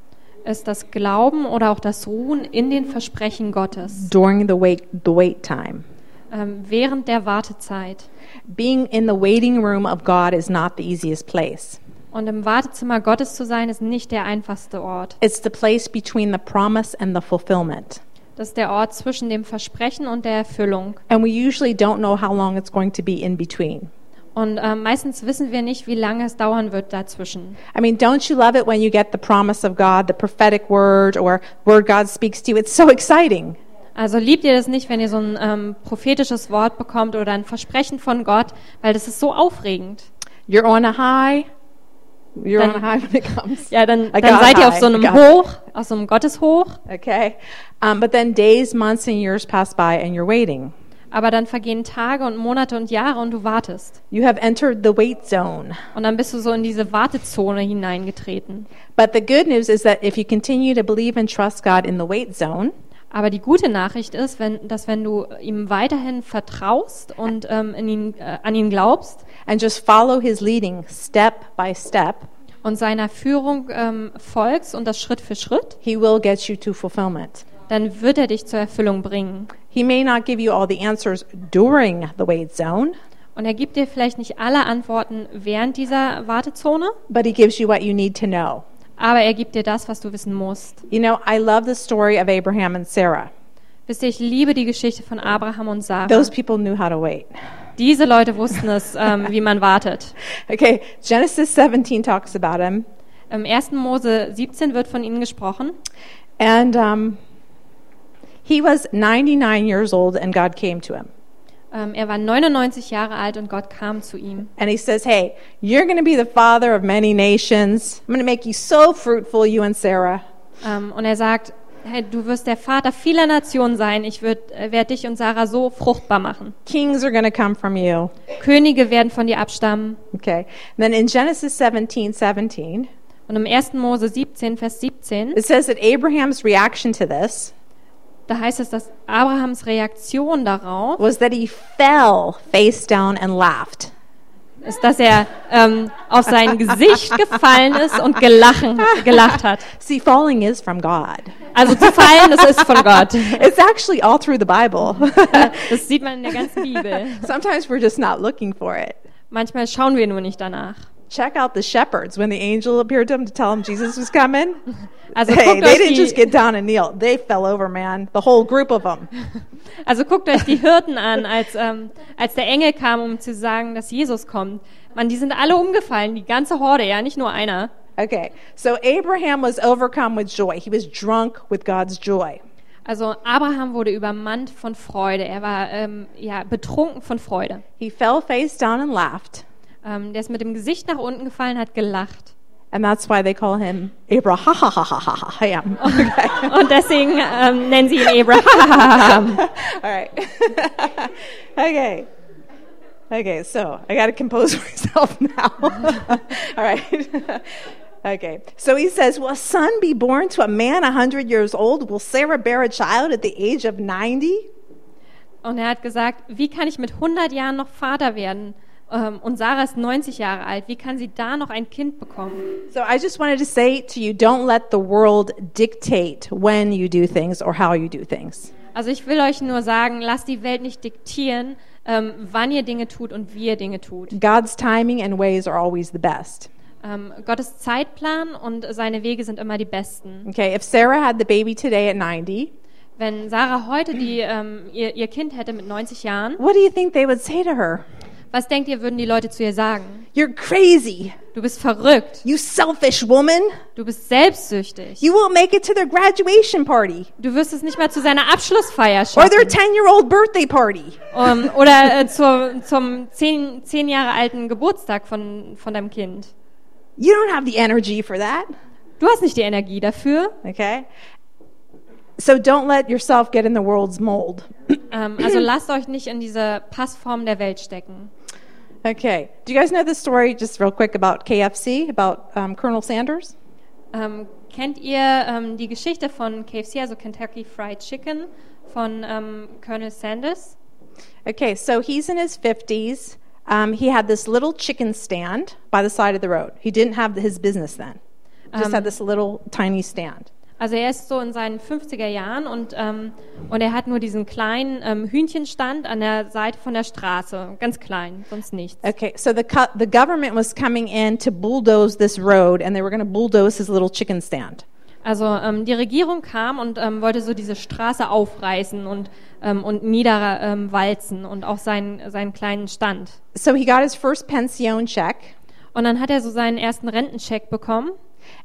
Speaker 2: ist das Glauben oder auch das Ruhen in den Versprechen Gottes
Speaker 3: during the wait the wait time.
Speaker 2: ähm, während der Wartezeit.
Speaker 3: Being in the waiting room of God is not the easiest place.
Speaker 2: Und im Wartezimmer Gottes zu sein, ist nicht der einfachste Ort.
Speaker 3: It's the place between the promise and the fulfillment.
Speaker 2: Das ist der Ort zwischen dem Versprechen und der Erfüllung.
Speaker 3: And we usually don't know how long it's going to be in between.
Speaker 2: Und ähm, meistens wissen wir nicht, wie lange es dauern wird dazwischen.
Speaker 3: I mean, don't you love it when you get the promise of God, the prophetic word or word God speaks to you? It's so exciting.
Speaker 2: Also liebt ihr das nicht, wenn ihr so ein ähm, prophetisches Wort bekommt oder ein Versprechen von Gott, weil das ist so aufregend.
Speaker 3: You're on a high. You're
Speaker 2: Then-
Speaker 3: on a high when it comes.
Speaker 2: Ja, dann,
Speaker 3: I
Speaker 2: dann
Speaker 3: got
Speaker 2: seid ihr auf
Speaker 3: high,
Speaker 2: so
Speaker 3: I
Speaker 2: einem
Speaker 3: got-
Speaker 2: Hoch, auf so einem Gotteshoch.
Speaker 3: Okay. Um, but then days, months, and years pass by and you're waiting.
Speaker 2: Aber dann vergehen Tage und Monate und Jahre und du wartest.
Speaker 3: You have entered the wait zone.
Speaker 2: Und dann bist du so in diese Wartezone hineingetreten.
Speaker 3: But the good news is that if you continue to believe and trust God in the wait zone,
Speaker 2: Aber die gute Nachricht ist, wenn, dass wenn du ihm weiterhin vertraust und ähm, in ihn, äh, an ihn glaubst
Speaker 3: and just follow his leading step by step,
Speaker 2: und seiner Führung ähm, folgst und das Schritt für Schritt,
Speaker 3: he will get you to fulfillment.
Speaker 2: dann wird er dich zur Erfüllung bringen.
Speaker 3: He may not give you all the answers during the wait zone,
Speaker 2: Und er gibt dir vielleicht nicht alle Antworten während dieser Wartezone,
Speaker 3: but he gives you what you need to know.
Speaker 2: aber er gibt dir das, was du wissen musst.
Speaker 3: You know, I love the story of Abraham and Sarah.
Speaker 2: Wisst ihr, ich liebe die Geschichte von Abraham und Sarah.
Speaker 3: Those people knew how to wait.
Speaker 2: Diese Leute wussten es, ähm, wie man wartet.
Speaker 3: Okay, Genesis 17 talks about him.
Speaker 2: Im 1. Mose 17 wird von ihnen gesprochen.
Speaker 3: And um, he was 99 years old, and God came to him.
Speaker 2: Ähm, er war 99 Jahre alt und Gott kam zu ihm.
Speaker 3: And he says, Hey, you're going to be the father of many nations. I'm going to make you so fruitful, you and Sarah.
Speaker 2: Ähm, und er sagt, hey, du wirst der Vater vieler Nationen sein. Ich werde dich und Sarah so fruchtbar machen.
Speaker 3: Kings are going to come from you.
Speaker 2: Könige werden von dir abstammen.
Speaker 3: Okay. then in Genesis 17 17,
Speaker 2: Und im 1. Mose 17, Vers 17,
Speaker 3: it says that Abraham's reaction to this
Speaker 2: da heißt es, dass Abrahams Reaktion darauf
Speaker 3: was that he fell face down and laughed.
Speaker 2: ist, dass er ähm, auf sein Gesicht gefallen ist und gelachen, gelacht hat.
Speaker 3: See, falling is from God.
Speaker 2: Also zu fallen, das ist von Gott.
Speaker 3: It's actually all through the Bible.
Speaker 2: Das sieht man in der ganzen Bibel.
Speaker 3: Sometimes we're just not looking for it.
Speaker 2: Manchmal schauen wir nur nicht danach.
Speaker 3: Check out the shepherds when the angel appeared to them to tell them Jesus was coming.
Speaker 2: Also
Speaker 3: Hey,
Speaker 2: guckt,
Speaker 3: they
Speaker 2: euch
Speaker 3: didn't just
Speaker 2: die,
Speaker 3: get down and kneel. They fell over, man. The whole group of them.
Speaker 2: also guckt euch die Hirten an, als, ähm, als der Engel kam, um zu sagen, dass Jesus kommt. Mann, die sind alle umgefallen, die ganze Horde, ja, nicht nur einer.
Speaker 3: Okay. So Abraham was overcome with joy. He was drunk with God's joy.
Speaker 2: Also Abraham wurde übermannt von Freude. Er war ähm, ja betrunken von Freude.
Speaker 3: He fell face down and laughed.
Speaker 2: Ähm, der ist mit dem Gesicht nach unten gefallen, hat gelacht.
Speaker 3: And that's why they call him Abraham.
Speaker 2: Und deswegen ähm, nennen sie ihn Abraham.
Speaker 3: All right. okay. Okay, so I got to compose myself now. All right. okay. So he says, Will a son be born to a man a 100 years old? Will Sarah bear a child at the age of 90?
Speaker 2: Und er hat gesagt, wie kann ich mit 100 Jahren noch Vater werden? Ähm, und Sarah ist 90 Jahre alt. Wie kann sie da noch ein Kind bekommen?
Speaker 3: So I just wanted to say to you don't let the world dictate when you do things or how you do things.
Speaker 2: Also ich will euch nur sagen, lasst die Welt nicht diktieren, ähm, wann ihr Dinge tut und wie ihr Dinge tut.
Speaker 3: God's timing and ways are always the best.
Speaker 2: Ähm, Gottes Zeitplan und seine Wege sind immer die besten.
Speaker 3: Okay, if Sarah had the baby today at 90,
Speaker 2: Wenn Sarah heute die, ähm, ihr, ihr Kind hätte mit 90 Jahren,
Speaker 3: what do you think they would say to her?
Speaker 2: was denkt ihr, würden die Leute zu ihr sagen?
Speaker 3: You're crazy.
Speaker 2: Du bist verrückt.
Speaker 3: You selfish woman.
Speaker 2: Du bist selbstsüchtig.
Speaker 3: You won't make it to their graduation party
Speaker 2: Du wirst es nicht mal zu seiner Abschlussfeier
Speaker 3: or their
Speaker 2: schaffen.
Speaker 3: 10 year old birthday party.
Speaker 2: Ähm, oder äh, zur, zum zehn, zehn Jahre alten Geburtstag von, von deinem Kind.
Speaker 3: You don't have the energy for that.
Speaker 2: Du hast nicht die Energie dafür.
Speaker 3: Okay? So don't let yourself get in the world's mold.
Speaker 2: Ähm, also lasst euch nicht in diese Passform der Welt stecken.
Speaker 3: Okay. Do you guys know the story, just real quick, about KFC, about um, Colonel Sanders?
Speaker 2: Ähm, kennt ihr ähm, die Geschichte von KFC, also Kentucky Fried Chicken, von ähm, Colonel Sanders?
Speaker 3: Okay, so he's in his 50s. Um, he had this little chicken stand by the side of the road. He didn't have his business then, just
Speaker 2: Um,
Speaker 3: had this little tiny stand.
Speaker 2: Also er ist so in seinen 50er Jahren und, ähm, und er hat nur diesen kleinen ähm, Hühnchenstand an der Seite von der Straße. Ganz klein, sonst nichts.
Speaker 3: Okay, so the co- the government was coming in to bulldoze this road, and they were going to bulldoze his little chicken stand.
Speaker 2: Also ähm, die Regierung kam und ähm, wollte so diese Straße aufreißen und, ähm, und niederwalzen ähm, walzen und auch seinen, seinen kleinen Stand.
Speaker 3: So he got his first pension check,
Speaker 2: Und dann hat er so seinen ersten Rentencheck bekommen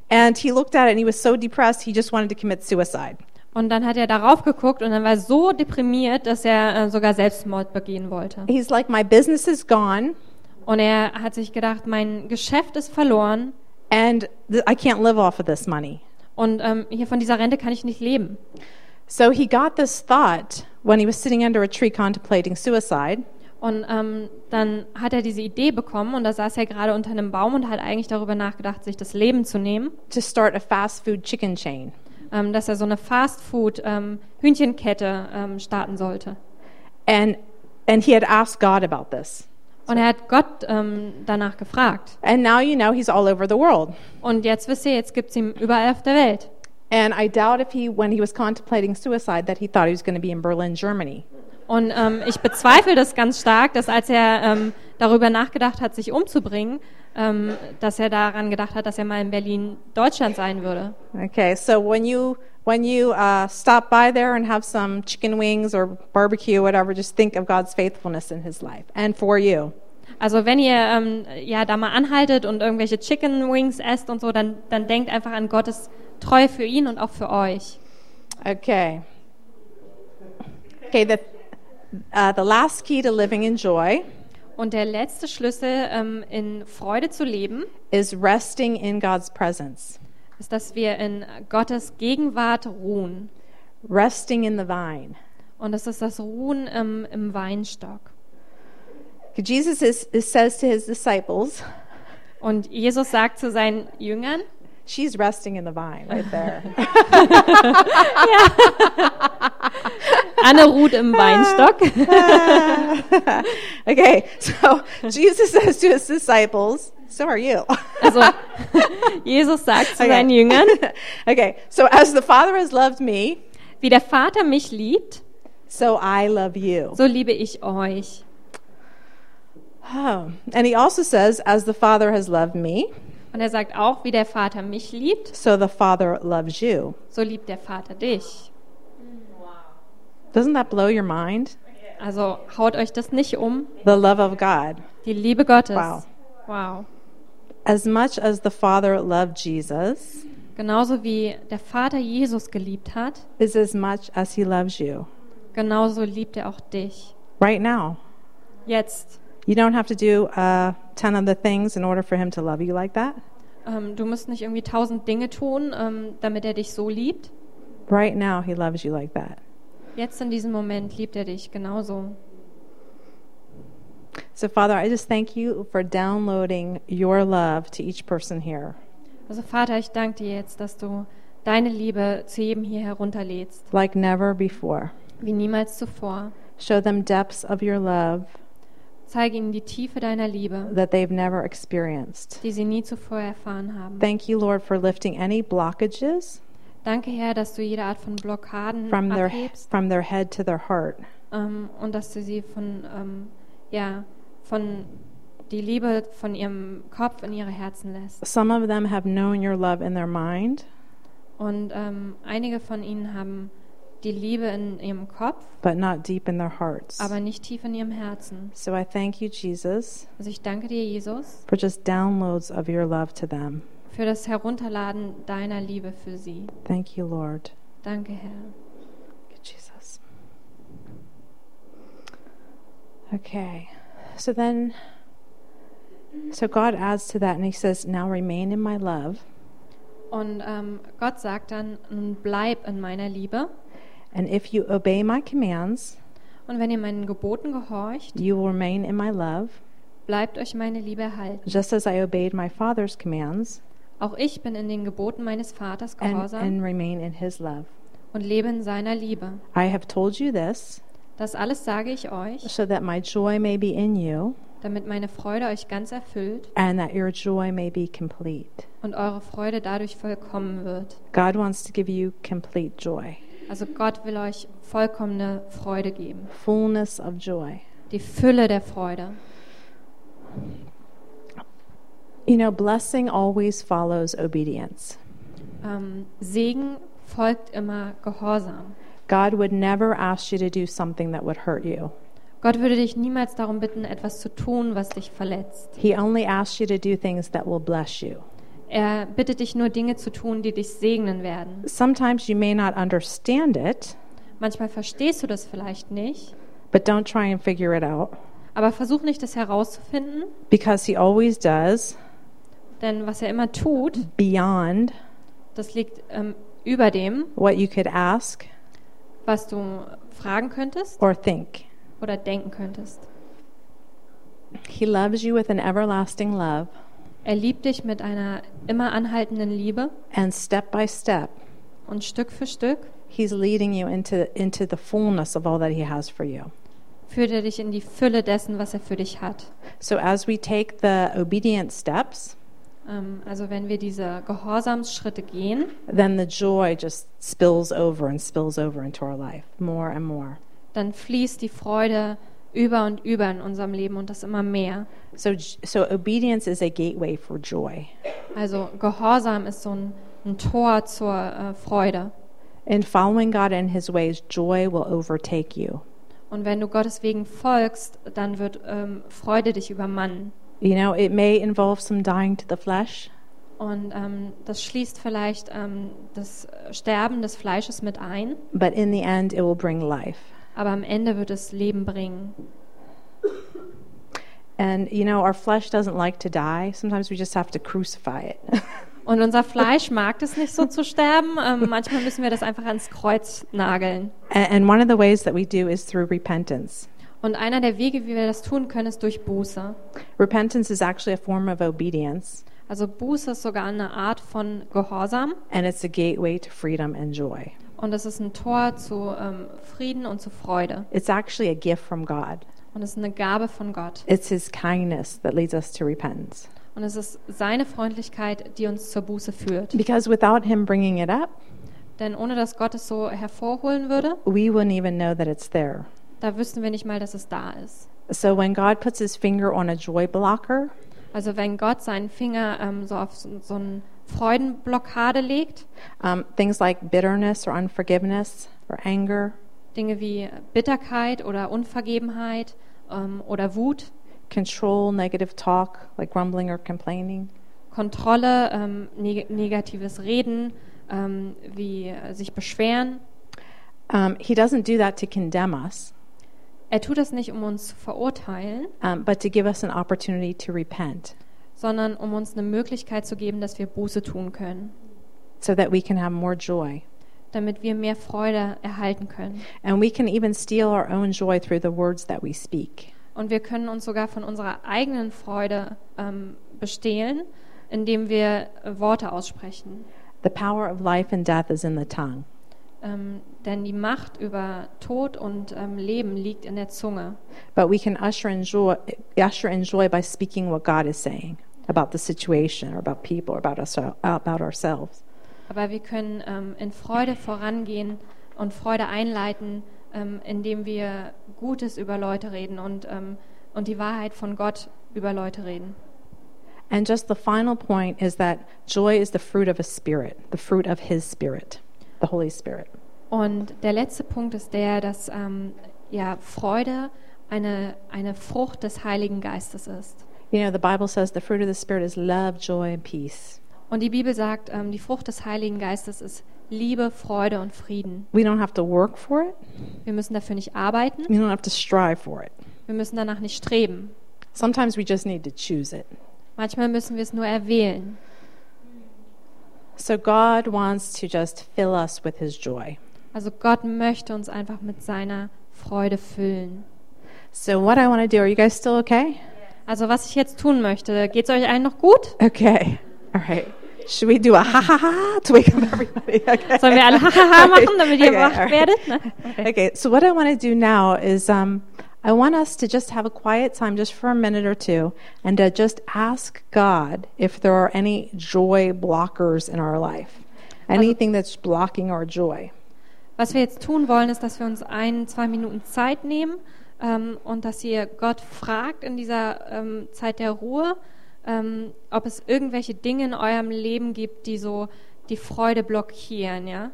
Speaker 3: and he looked at it, and he was so depressed, he just wanted to commit suicide.
Speaker 2: und dann hat er darauf geguckt und dann war er so deprimiert, dass er äh, sogar Selbstmord begehen wollte.
Speaker 3: He's like, "My business is gone,
Speaker 2: Und er hat sich gedacht, mein Geschäft ist verloren
Speaker 3: and th- I can't live off of this money."
Speaker 2: und ähm, hier von dieser Rente kann ich nicht leben.
Speaker 3: So he got this thought when he was sitting under a tree contemplating suicide.
Speaker 2: Und ähm, dann hat er diese Idee bekommen und da saß er gerade unter einem Baum und hat eigentlich darüber nachgedacht, sich das Leben zu nehmen.
Speaker 3: to start a fast food chicken chain.
Speaker 2: ähm, dass er so eine Fast-Food-Hühnchenkette ähm, starten sollte.
Speaker 3: And and he had asked God about this.
Speaker 2: Und er hat Gott ähm, danach gefragt.
Speaker 3: And now you know he's all over the world.
Speaker 2: Und jetzt wisst ihr, jetzt gibt's ihn überall auf der Welt.
Speaker 3: And I doubt if he when he was contemplating suicide that he thought he was going to be in Berlin, Germany.
Speaker 2: Und ähm, ich bezweifle das ganz stark, dass als er ähm, darüber nachgedacht hat, sich umzubringen, ähm, dass er daran gedacht hat, dass er mal in Berlin, Deutschland sein würde.
Speaker 3: Okay, so when you when you uh, stop by there and have some chicken wings or barbecue, whatever, just think of God's faithfulness in his life and for you.
Speaker 2: Also wenn ihr ähm, ja da mal anhaltet und irgendwelche Chicken Wings esst und so, dann, dann denkt einfach an Gottes Treue für ihn und auch für euch.
Speaker 3: Okay. Okay, the, uh, the last key to living in joy
Speaker 2: Und der letzte Schlüssel, ähm, in Freude zu leben,
Speaker 3: is resting in God's presence,
Speaker 2: ist, dass wir in Gottes Gegenwart ruhen.
Speaker 3: resting in the vine.
Speaker 2: Und das ist das Ruhen ähm, im Weinstock.
Speaker 3: Jesus is, is, says to his disciples,
Speaker 2: Und Jesus sagt zu seinen Jüngern,
Speaker 3: She's resting in the vine right there.
Speaker 2: Anne ruht im Weinstock.
Speaker 3: okay, so Jesus says to his disciples, So are you.
Speaker 2: Also Jesus sagt zu
Speaker 3: Okay.
Speaker 2: seinen Jüngern,
Speaker 3: okay, so as the Father has loved me,
Speaker 2: wie der Vater mich liebt,
Speaker 3: so I love you.
Speaker 2: so liebe ich euch.
Speaker 3: Oh. And he also says, as the Father has loved me,
Speaker 2: Und er sagt auch, wie der Vater mich liebt,
Speaker 3: so the Father loves you.
Speaker 2: so liebt der Vater dich.
Speaker 3: Doesn't that blow your mind?
Speaker 2: Also haut euch das nicht um,
Speaker 3: The love of God.
Speaker 2: die Liebe Gottes.
Speaker 3: Wow.
Speaker 2: Wow.
Speaker 3: As much as the Father loved Jesus,
Speaker 2: Genauso wie der Vater Jesus geliebt hat,
Speaker 3: is as much as he loves you
Speaker 2: genauso liebt er auch dich.
Speaker 3: right now.
Speaker 2: Jetzt.
Speaker 3: You don't have to do uh, 10 other things in order for him to love you like that.
Speaker 2: Ähm, du musst nicht irgendwie tausend Dinge tun, ähm, damit er dich so liebt.
Speaker 3: Right now, he loves you like that.
Speaker 2: Jetzt in diesem Moment liebt er dich genauso.
Speaker 3: So, Father, I just thank you for downloading your love to each person here.
Speaker 2: Also Vater, ich danke dir jetzt, dass du deine Liebe zu jedem hier herunterlädst,
Speaker 3: like never before.
Speaker 2: wie niemals zuvor.
Speaker 3: Show them depths of your love
Speaker 2: Zeige ihnen die Tiefe deiner Liebe,
Speaker 3: that they've never experienced.
Speaker 2: die sie nie zuvor erfahren haben.
Speaker 3: Thank you, Lord, for lifting any blockages
Speaker 2: Danke, Herr, dass du jede Art von Blockaden
Speaker 3: from their,
Speaker 2: abhebst
Speaker 3: from their head to their heart.
Speaker 2: ähm, und dass du sie von, ähm, ja, von die Liebe von ihrem Kopf in ihre Herzen lässt.
Speaker 3: Some of them have known your love in their mind,
Speaker 2: Und ähm, einige von ihnen haben die Liebe in ihrem Kopf,
Speaker 3: but not deep in their hearts.
Speaker 2: aber nicht tief in ihrem Herzen.
Speaker 3: So I thank you, Jesus,
Speaker 2: Also ich danke dir, Jesus,
Speaker 3: for just downloads of your love to them.
Speaker 2: für das Herunterladen deiner Liebe für sie.
Speaker 3: Thank you, Lord.
Speaker 2: Danke, Herr.
Speaker 3: Thank you, Jesus. Okay. So then, so God adds to that and he says, Now remain in my love.
Speaker 2: Und ähm, Gott sagt dann, nun bleib in meiner Liebe.
Speaker 3: And if you obey my commands,
Speaker 2: Und wenn ihr meinen Geboten gehorcht,
Speaker 3: you will remain in my love,
Speaker 2: bleibt euch meine Liebe erhalten.
Speaker 3: just as I obeyed my Father's commands
Speaker 2: Auch ich bin in den Geboten meines Vaters
Speaker 3: and,
Speaker 2: gehorsam
Speaker 3: and remain in his love.
Speaker 2: und lebe in seiner Liebe.
Speaker 3: I have told you this
Speaker 2: Das alles sage ich euch,
Speaker 3: so that my joy may be in you
Speaker 2: damit meine Freude euch ganz erfüllt
Speaker 3: and that your joy may be complete.
Speaker 2: und eure Freude dadurch vollkommen wird.
Speaker 3: God wants to give you complete joy,
Speaker 2: Also Gott will euch vollkommene Freude geben,
Speaker 3: fullness of joy.
Speaker 2: die Fülle der Freude.
Speaker 3: You know, blessing always follows obedience.
Speaker 2: Ähm, Segen folgt immer Gehorsam.
Speaker 3: God would never ask you to do something that would hurt you.
Speaker 2: Gott würde dich niemals darum bitten, etwas zu tun, was dich verletzt.
Speaker 3: He only asks you to do things that will bless you.
Speaker 2: Er bittet dich nur Dinge zu tun, die dich segnen werden.
Speaker 3: Sometimes you may not understand it,
Speaker 2: Manchmal verstehst du das vielleicht nicht,
Speaker 3: But don't try and figure it out
Speaker 2: aber versuch nicht, das herauszufinden,
Speaker 3: because he always does
Speaker 2: denn was er immer tut,
Speaker 3: beyond
Speaker 2: das liegt ähm, über dem,
Speaker 3: what you could ask
Speaker 2: was du fragen könntest
Speaker 3: or think.
Speaker 2: oder denken könntest.
Speaker 3: He loves you with an everlasting love,
Speaker 2: Er liebt dich mit einer immer anhaltenden Liebe
Speaker 3: and step by step,
Speaker 2: und Stück für Stück
Speaker 3: he's leading you into, into the fullness of all that he has for you.
Speaker 2: führt er dich in die Fülle dessen, was er für dich hat.
Speaker 3: So as we take the obedient steps,
Speaker 2: Ähm, also wenn wir diese Gehorsamsschritte gehen,
Speaker 3: then the joy just spills over and spills over into our life more and more.
Speaker 2: dann fließt die Freude über und über in unserem Leben und das immer mehr.
Speaker 3: So, j- so obedience is a gateway for joy.
Speaker 2: Also Gehorsam ist so ein, ein Tor zur äh, Freude.
Speaker 3: In following God in his ways, joy will overtake you.
Speaker 2: Und wenn du Gottes Wegen folgst, dann wird ähm, Freude dich übermannen.
Speaker 3: You know, it may involve some dying to the flesh,
Speaker 2: Und ähm, das schließt vielleicht ähm, das Sterben des Fleisches mit ein,
Speaker 3: but in the end, it will bring life.
Speaker 2: aber am Ende wird es Leben bringen.
Speaker 3: And, you know, our flesh doesn't like to die. Sometimes we just have to crucify it.
Speaker 2: Und unser Fleisch mag es nicht so zu sterben. Ähm, manchmal müssen wir das einfach ans Kreuz nageln.
Speaker 3: and, and one of the ways that we do is through repentance.
Speaker 2: Und einer der Wege, wie wir das tun können, ist durch Buße.
Speaker 3: Repentance is actually a form of obedience,
Speaker 2: Also Buße ist sogar eine Art von Gehorsam
Speaker 3: and it's a gateway to freedom and joy.
Speaker 2: und es ist ein Tor zu ähm, Frieden und zu Freude
Speaker 3: It's actually a gift from God.
Speaker 2: und es ist eine Gabe von Gott.
Speaker 3: It's His kindness that leads us to repentance.
Speaker 2: Und es ist seine Freundlichkeit, die uns zur Buße führt.
Speaker 3: Because without Him bringing it up,
Speaker 2: Denn ohne dass Gott es so hervorholen würde,
Speaker 3: we wouldn't even know that it's there.
Speaker 2: da wüssten wir nicht mal, dass es da ist.
Speaker 3: So when God puts His finger on a joy blocker,
Speaker 2: Also wenn Gott seinen Finger ähm, so auf so, so eine Freudenblockade legt,
Speaker 3: um, things like bitterness or unforgiveness or anger
Speaker 2: Dinge wie Bitterkeit oder Unvergebenheit ähm, oder Wut,
Speaker 3: control, negative talk, like grumbling or complaining,
Speaker 2: Kontrolle, ähm, neg negatives Reden, ähm, wie äh, sich beschweren.
Speaker 3: um, He doesn't do that to condemn us,
Speaker 2: Er tut das nicht, um uns zu verurteilen,
Speaker 3: um, but to give us an opportunity to repent
Speaker 2: sondern um uns eine Möglichkeit zu geben, dass wir Buße tun können,
Speaker 3: so that we can have more joy.
Speaker 2: damit wir mehr Freude erhalten können.
Speaker 3: And we can even steal our own joy through the words that we speak.
Speaker 2: Und wir können uns sogar von unserer eigenen Freude ähm, bestehlen, indem wir äh, Worte aussprechen.
Speaker 3: The power of life and death is in the tongue.
Speaker 2: Ähm, denn die Macht über Tod und ähm, Leben liegt in der Zunge.
Speaker 3: But we can usher in joy, usher in joy by speaking what God is saying about the situation or about people or about, us, about ourselves.
Speaker 2: Aber wir können ähm, in Freude vorangehen und Freude einleiten, ähm, indem wir Gutes über Leute reden und, ähm, und die Wahrheit von Gott über Leute reden.
Speaker 3: And just the final point is that joy is the fruit of a spirit, the fruit of His Spirit, the Holy Spirit.
Speaker 2: Und der letzte Punkt ist der, dass ähm, ja, Freude eine, eine Frucht des Heiligen Geistes ist.
Speaker 3: You know, the Bible says the fruit of the Spirit is love, joy, and peace.
Speaker 2: Und die Bibel sagt, ähm, die Frucht des Heiligen Geistes ist Liebe, Freude und Frieden.
Speaker 3: We don't have to work for it,
Speaker 2: Wir müssen dafür nicht arbeiten,
Speaker 3: we don't have to strive for it.
Speaker 2: wir müssen danach nicht streben.
Speaker 3: Sometimes we just need to choose it.
Speaker 2: Manchmal müssen wir es nur erwählen.
Speaker 3: So God wants to just fill us with His joy.
Speaker 2: Also Gott möchte uns einfach mit seiner Freude füllen.
Speaker 3: So, what I want to do, are you guys still okay?
Speaker 2: Also was ich jetzt tun möchte, geht's euch allen noch gut?
Speaker 3: Okay. All right. Should we do a ha ha ha to wake up everybody? Okay.
Speaker 2: Sollen wir alle Hahaha machen, damit ihr wach
Speaker 3: all right.
Speaker 2: werdet? Ne?
Speaker 3: Okay. So what I want to do now is um, I want us to just have a quiet time, just for a minute or two, and to just ask God if there are any joy blockers in our life, anything that's blocking our joy.
Speaker 2: Was wir jetzt tun wollen, ist, dass wir uns ein, zwei Minuten Zeit nehmen ähm, und dass ihr Gott fragt in dieser ähm, Zeit der Ruhe, ähm, ob es irgendwelche Dinge in eurem Leben gibt, die so die Freude blockieren, ja?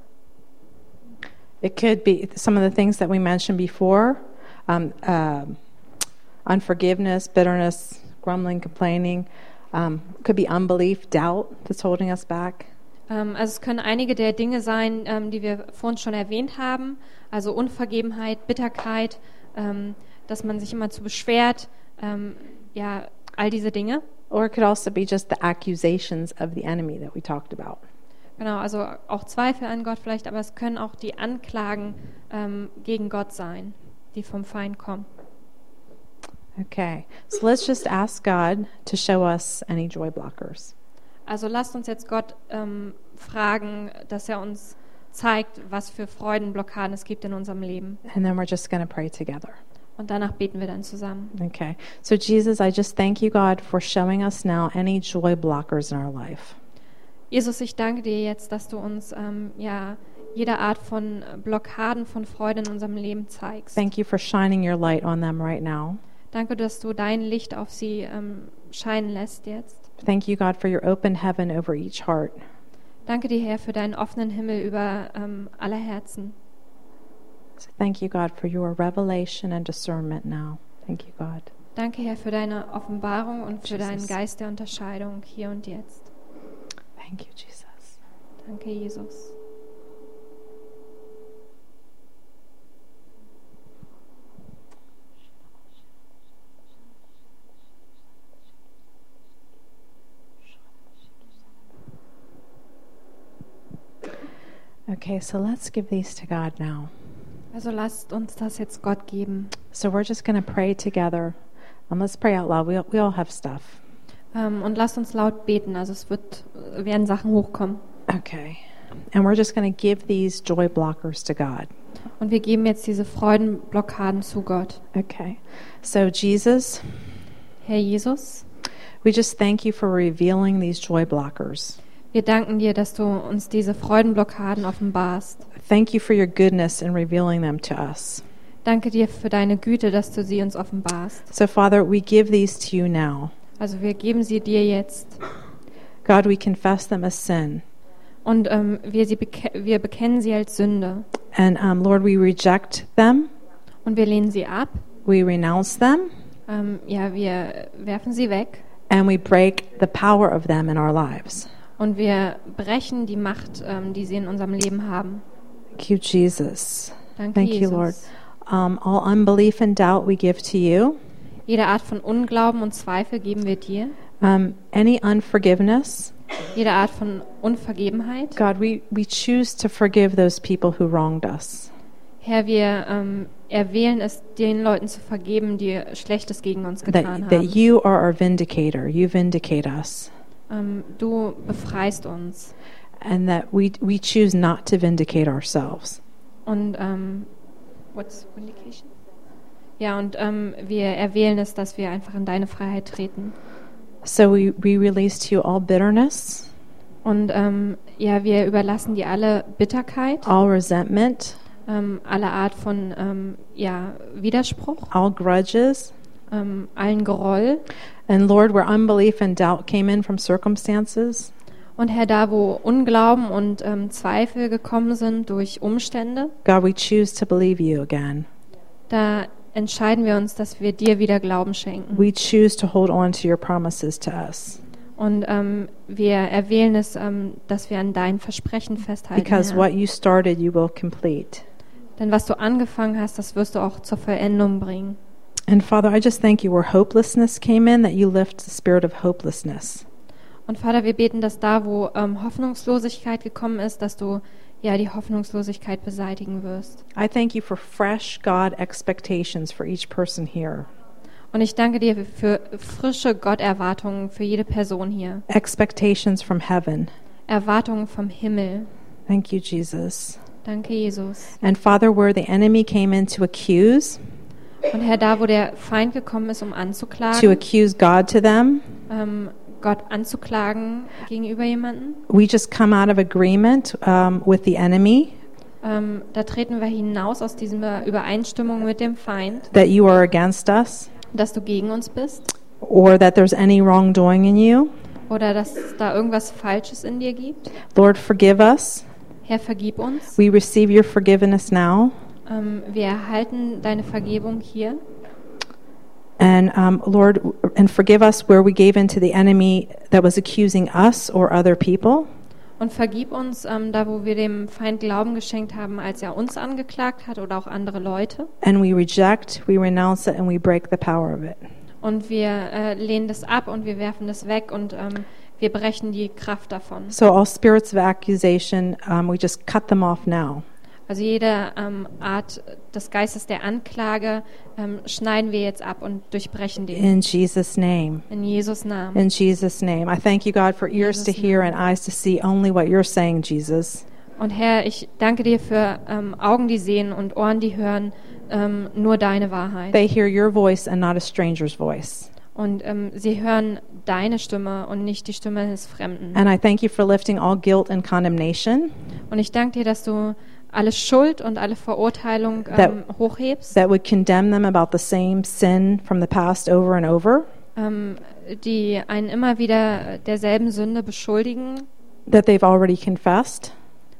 Speaker 3: It could be some of the things that we mentioned before um, um, unforgiveness, bitterness, grumbling, complaining. Um, could be unbelief, doubt that's holding us back.
Speaker 2: Ähm, also es können einige der Dinge sein, ähm, die wir vorhin schon erwähnt haben, also Unvergebenheit, Bitterkeit, ähm, dass man sich immer zu beschwert, ähm, ja, all diese Dinge.
Speaker 3: Or it could also be just the accusations of the enemy that we talked about.
Speaker 2: Genau, also auch Zweifel an Gott vielleicht, aber es können auch die Anklagen ähm, gegen Gott sein, die vom Feind kommen.
Speaker 3: Okay, so let's just ask God to show us any joy blockers.
Speaker 2: Also lasst uns jetzt Gott ähm, fragen, dass er uns zeigt, was für Freudenblockaden es gibt in unserem Leben.
Speaker 3: And then we're just going to pray together.
Speaker 2: Und danach beten wir dann zusammen.
Speaker 3: Okay, so Jesus, I just thank you, God, for showing us now any joy blockers in our life.
Speaker 2: Jesus, ich danke dir jetzt, dass du uns ähm, ja jede Art von äh, Blockaden von Freude in unserem Leben zeigst.
Speaker 3: Thank you for shining your light on them right now.
Speaker 2: Danke, dass du dein Licht auf sie ähm, scheinen lässt jetzt.
Speaker 3: Thank you, God, for your open heaven over each heart.
Speaker 2: Danke dir, Herr, für deinen offenen Himmel über ähm, aller Herzen.
Speaker 3: So thank you, God, for your revelation and discernment now. Thank you, God.
Speaker 2: Danke, Herr, für deine Offenbarung und für
Speaker 3: Jesus.
Speaker 2: deinen Geist der Unterscheidung hier und jetzt.
Speaker 3: Thank you, Jesus.
Speaker 2: Danke, Jesus.
Speaker 3: Okay, so let's give these to God now.
Speaker 2: Also lasst uns das jetzt Gott geben.
Speaker 3: So we're just going to pray together. And let's pray out loud. We, we all have stuff.
Speaker 2: Ähm, und lasst uns laut beten. Also es wird, äh, werden Sachen hochkommen.
Speaker 3: Okay. And we're just going to give these joy blockers to God.
Speaker 2: Und wir geben jetzt diese Freudenblockaden zu Gott.
Speaker 3: Okay. So, Jesus,
Speaker 2: Herr Jesus,
Speaker 3: We just thank you for revealing these joy blockers.
Speaker 2: Wir danken dir, dass du uns diese Freudenblockaden offenbarst.
Speaker 3: Thank you for your goodness in revealing them to us.
Speaker 2: Danke dir für deine Güte, dass du sie uns offenbarst.
Speaker 3: So, Father, we give these to you now.
Speaker 2: Also wir geben sie dir jetzt.
Speaker 3: God, we confess them as sin.
Speaker 2: Und ähm, wir, sie beke wir bekennen sie als Sünde.
Speaker 3: And um, Lord, we reject them,
Speaker 2: Und wir lehnen sie ab.
Speaker 3: we renounce them,
Speaker 2: Ähm, ja, wir werfen sie weg.
Speaker 3: and we break the power of them in our lives.
Speaker 2: Und wir brechen die Macht, ähm, die sie in unserem Leben haben.
Speaker 3: Thank you, Jesus.
Speaker 2: Danke,
Speaker 3: Thank you,
Speaker 2: Jesus.
Speaker 3: Lord. Um, all unbelief and doubt we give to you.
Speaker 2: Jede Art von Unglauben und Zweifel geben wir dir.
Speaker 3: Um, any unforgiveness,
Speaker 2: Jede Art von Unvergebenheit.
Speaker 3: God, we, we choose to forgive those people who wronged us.
Speaker 2: Herr, wir ähm, erwählen es, den Leuten zu vergeben, die Schlechtes gegen uns getan
Speaker 3: That, that
Speaker 2: haben.
Speaker 3: you are our vindicator. You vindicate us.
Speaker 2: Ähm, du befreist uns.
Speaker 3: And that we, we choose not to vindicate ourselves.
Speaker 2: Und ähm, what's vindication? Ja, und ähm, wir erwählen es, dass wir einfach in deine Freiheit treten.
Speaker 3: So we, we release to you all bitterness,
Speaker 2: Und ähm, ja, wir überlassen dir alle Bitterkeit,
Speaker 3: all resentment,
Speaker 2: ähm, alle Art von ähm, ja, Widerspruch,
Speaker 3: all grudges.
Speaker 2: ähm, allen Groll.
Speaker 3: And Lord, where unbelief and doubt came in from circumstances,
Speaker 2: Und Herr, da wo Unglauben und ähm, Zweifel gekommen sind durch Umstände,
Speaker 3: God, we choose to believe you again.
Speaker 2: da entscheiden wir uns, dass wir dir wieder Glauben schenken.
Speaker 3: We choose to hold on to your promises to us.
Speaker 2: Und ähm, wir erwählen es, ähm, dass wir an dein Versprechen festhalten.
Speaker 3: Because
Speaker 2: Herr.
Speaker 3: what you started, you will complete.
Speaker 2: Denn was du angefangen hast, das wirst du auch zur Vollendung bringen.
Speaker 3: And Father, I just thank you where hopelessness came in, that you lift the spirit of hopelessness.
Speaker 2: Und Vater, wir beten, dass da, wo ähm, Hoffnungslosigkeit gekommen ist, dass du ja die Hoffnungslosigkeit beseitigen wirst.
Speaker 3: I thank you for fresh God expectations for each person here.
Speaker 2: Und ich danke dir für frische Gotterwartungen für jede Person hier.
Speaker 3: Expectations from heaven.
Speaker 2: Erwartungen vom Himmel.
Speaker 3: Thank you, Jesus.
Speaker 2: Danke, Jesus.
Speaker 3: And Father, where the enemy came in to accuse,
Speaker 2: Und Herr, da, wo der Feind gekommen ist, um
Speaker 3: to
Speaker 2: anzuklagen,
Speaker 3: accuse God to them,
Speaker 2: ähm, Gott anzuklagen gegenüber jemandem,
Speaker 3: we just come out of agreement um, with the enemy
Speaker 2: ähm, da treten wir hinaus aus dieser Übereinstimmung mit dem Feind,
Speaker 3: that you are against us
Speaker 2: dass du gegen uns bist.
Speaker 3: or that there's any wrongdoing in you.
Speaker 2: oder dass es da irgendwas Falsches in dir gibt.
Speaker 3: Lord, forgive us.
Speaker 2: Herr, vergib uns.
Speaker 3: We receive your forgiveness now.
Speaker 2: Ähm, wir erhalten deine Vergebung hier.
Speaker 3: And um, Lord, w- and forgive us where we gave in to the enemy that was accusing us or other people.
Speaker 2: Und vergib uns ähm, da, wo wir dem Feind Glauben geschenkt haben, als er uns angeklagt hat oder auch andere Leute.
Speaker 3: And we reject, we renounce it, and we break the power of it.
Speaker 2: Und wir äh, lehnen das ab und wir werfen das weg und ähm, wir brechen die Kraft davon.
Speaker 3: So, all spirits of accusation, um, we just cut them off now.
Speaker 2: Also jede ähm, Art des Geistes der Anklage ähm, schneiden wir jetzt ab und durchbrechen den.
Speaker 3: In Jesus' name.
Speaker 2: In Jesus Namen.
Speaker 3: In Jesus' name. I thank you, God, for ears to
Speaker 2: Jesus'
Speaker 3: hear
Speaker 2: name.
Speaker 3: and eyes to see only what you're saying, Jesus.
Speaker 2: Und Herr, ich danke dir für ähm, Augen, die sehen und Ohren, die hören, ähm, nur deine Wahrheit.
Speaker 3: They hear your voice and not a stranger's voice.
Speaker 2: Und ähm, sie hören deine Stimme und nicht die Stimme des Fremden.
Speaker 3: And I thank you for lifting all guilt and condemnation
Speaker 2: Und ich danke dir, dass du alle Schuld und alle Verurteilung ähm, hochhebst,
Speaker 3: that would condemn them about the same sin from the past over and over.
Speaker 2: ähm, die einen immer wieder derselben Sünde beschuldigen,
Speaker 3: that they've already confessed,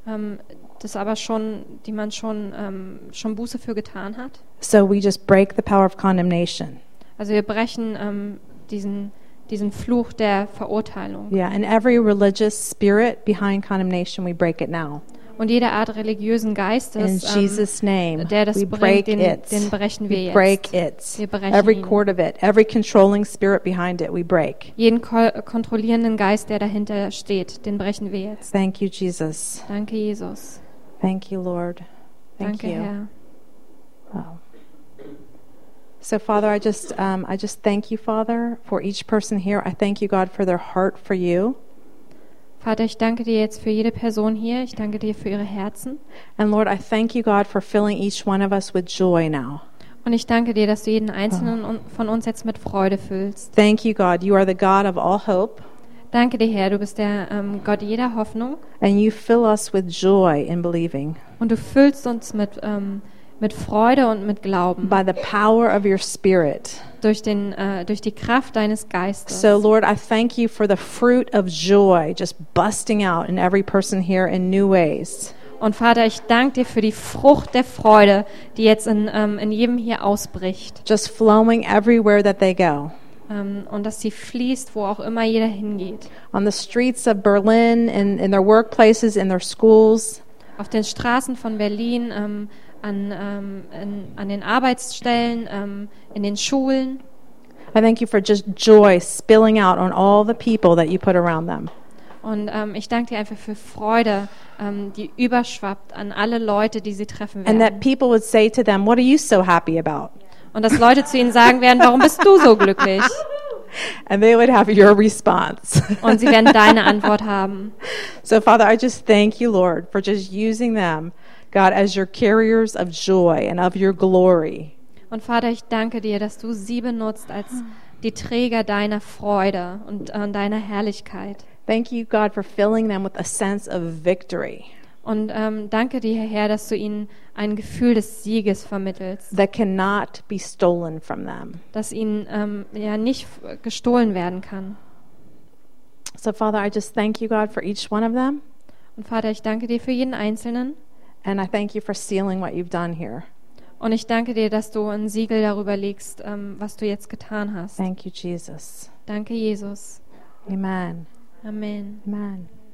Speaker 2: ähm, das aber schon, die man schon, ähm, schon Buße für getan hat.
Speaker 3: so we just break the power of condemnation.
Speaker 2: Also wir brechen ähm, diesen, diesen Fluch der Verurteilung.
Speaker 3: Yeah, and every religious spirit behind condemnation, we break it now.
Speaker 2: Und jede Art religiösen
Speaker 3: In
Speaker 2: Geistes,
Speaker 3: Jesus' name,
Speaker 2: ähm, der das
Speaker 3: we
Speaker 2: bringt,
Speaker 3: break
Speaker 2: den,
Speaker 3: it.
Speaker 2: den brechen wir
Speaker 3: We
Speaker 2: jetzt.
Speaker 3: break it.
Speaker 2: Wir brechen
Speaker 3: Every
Speaker 2: ihn.
Speaker 3: cord of it, every controlling spirit behind it, we break.
Speaker 2: Jeden ko kontrollierenden Geist, der dahinter steht, den brechen wir jetzt.
Speaker 3: Thank you, Jesus.
Speaker 2: Danke, Jesus.
Speaker 3: Thank you, Lord. Thank
Speaker 2: Danke,
Speaker 3: you.
Speaker 2: Herr.
Speaker 3: Wow. So, Father, I just, um, I just thank you, Father, for each person here. I thank you, God, for their heart for you.
Speaker 2: Vater, ich danke dir jetzt für jede Person hier. Ich danke dir für ihre Herzen.
Speaker 3: And Lord, I thank you, God, for filling each one of us with joy now.
Speaker 2: Und ich danke dir, dass du jeden
Speaker 3: Ah.
Speaker 2: einzelnen un- von uns jetzt mit Freude füllst.
Speaker 3: Thank you, God. You are the God of all hope,
Speaker 2: Danke dir, Herr, du bist der ähm, Gott jeder Hoffnung
Speaker 3: and you fill us with joy in believing
Speaker 2: und du füllst uns mit, ähm, mit Freude und mit Glauben
Speaker 3: by the power of your Spirit.
Speaker 2: durch, den, äh, durch die Kraft deines Geistes.
Speaker 3: So, Lord, I thank you for the fruit of joy just busting out in every person here in new ways.
Speaker 2: Und Vater, ich danke dir für die Frucht der Freude, die jetzt in, ähm, in jedem hier ausbricht
Speaker 3: just flowing everywhere that they go
Speaker 2: ähm, und dass sie fließt, wo auch immer jeder hingeht.
Speaker 3: on the streets of Berlin, in, in their workplaces, in their schools,
Speaker 2: Auf den Straßen von Berlin, ähm, an, ähm, in, an den Arbeitsstellen, ähm, in den Schulen.
Speaker 3: I thank you for just joy spilling out on all the people that you put around them.
Speaker 2: Und ähm, ich danke dir einfach für Freude, ähm, die überschwappt an alle Leute, die sie treffen
Speaker 3: And that
Speaker 2: werden.
Speaker 3: people would say to them, What are you so happy about?
Speaker 2: Und dass Leute zu ihnen sagen werden, warum bist du so glücklich?
Speaker 3: And they would have your response.
Speaker 2: Und sie werden deine Antwort haben.
Speaker 3: so, Father, I just thank you, Lord, for just using them, God, as your carriers of joy and of your glory.
Speaker 2: Und Vater, ich danke dir, dass du sie benutzt als die Träger deiner Freude und äh, deiner Herrlichkeit.
Speaker 3: Thank you, God, for filling them with a sense of victory
Speaker 2: Und ähm, danke dir, Herr, dass du ihnen ein Gefühl des Sieges vermittelst,
Speaker 3: that cannot be stolen from them.
Speaker 2: das ihnen ähm, ja nicht f- gestohlen werden kann.
Speaker 3: So, Father, I just thank you, God, for each one of them.
Speaker 2: Und Vater, ich danke dir für jeden Einzelnen.
Speaker 3: And I thank you for sealing what you've done here.
Speaker 2: Und ich danke dir, dass du ein Siegel darüber legst, ähm, was du jetzt getan hast.
Speaker 3: Thank you, Jesus.
Speaker 2: Danke, Jesus.
Speaker 3: Amen.
Speaker 2: Amen.
Speaker 3: Amen.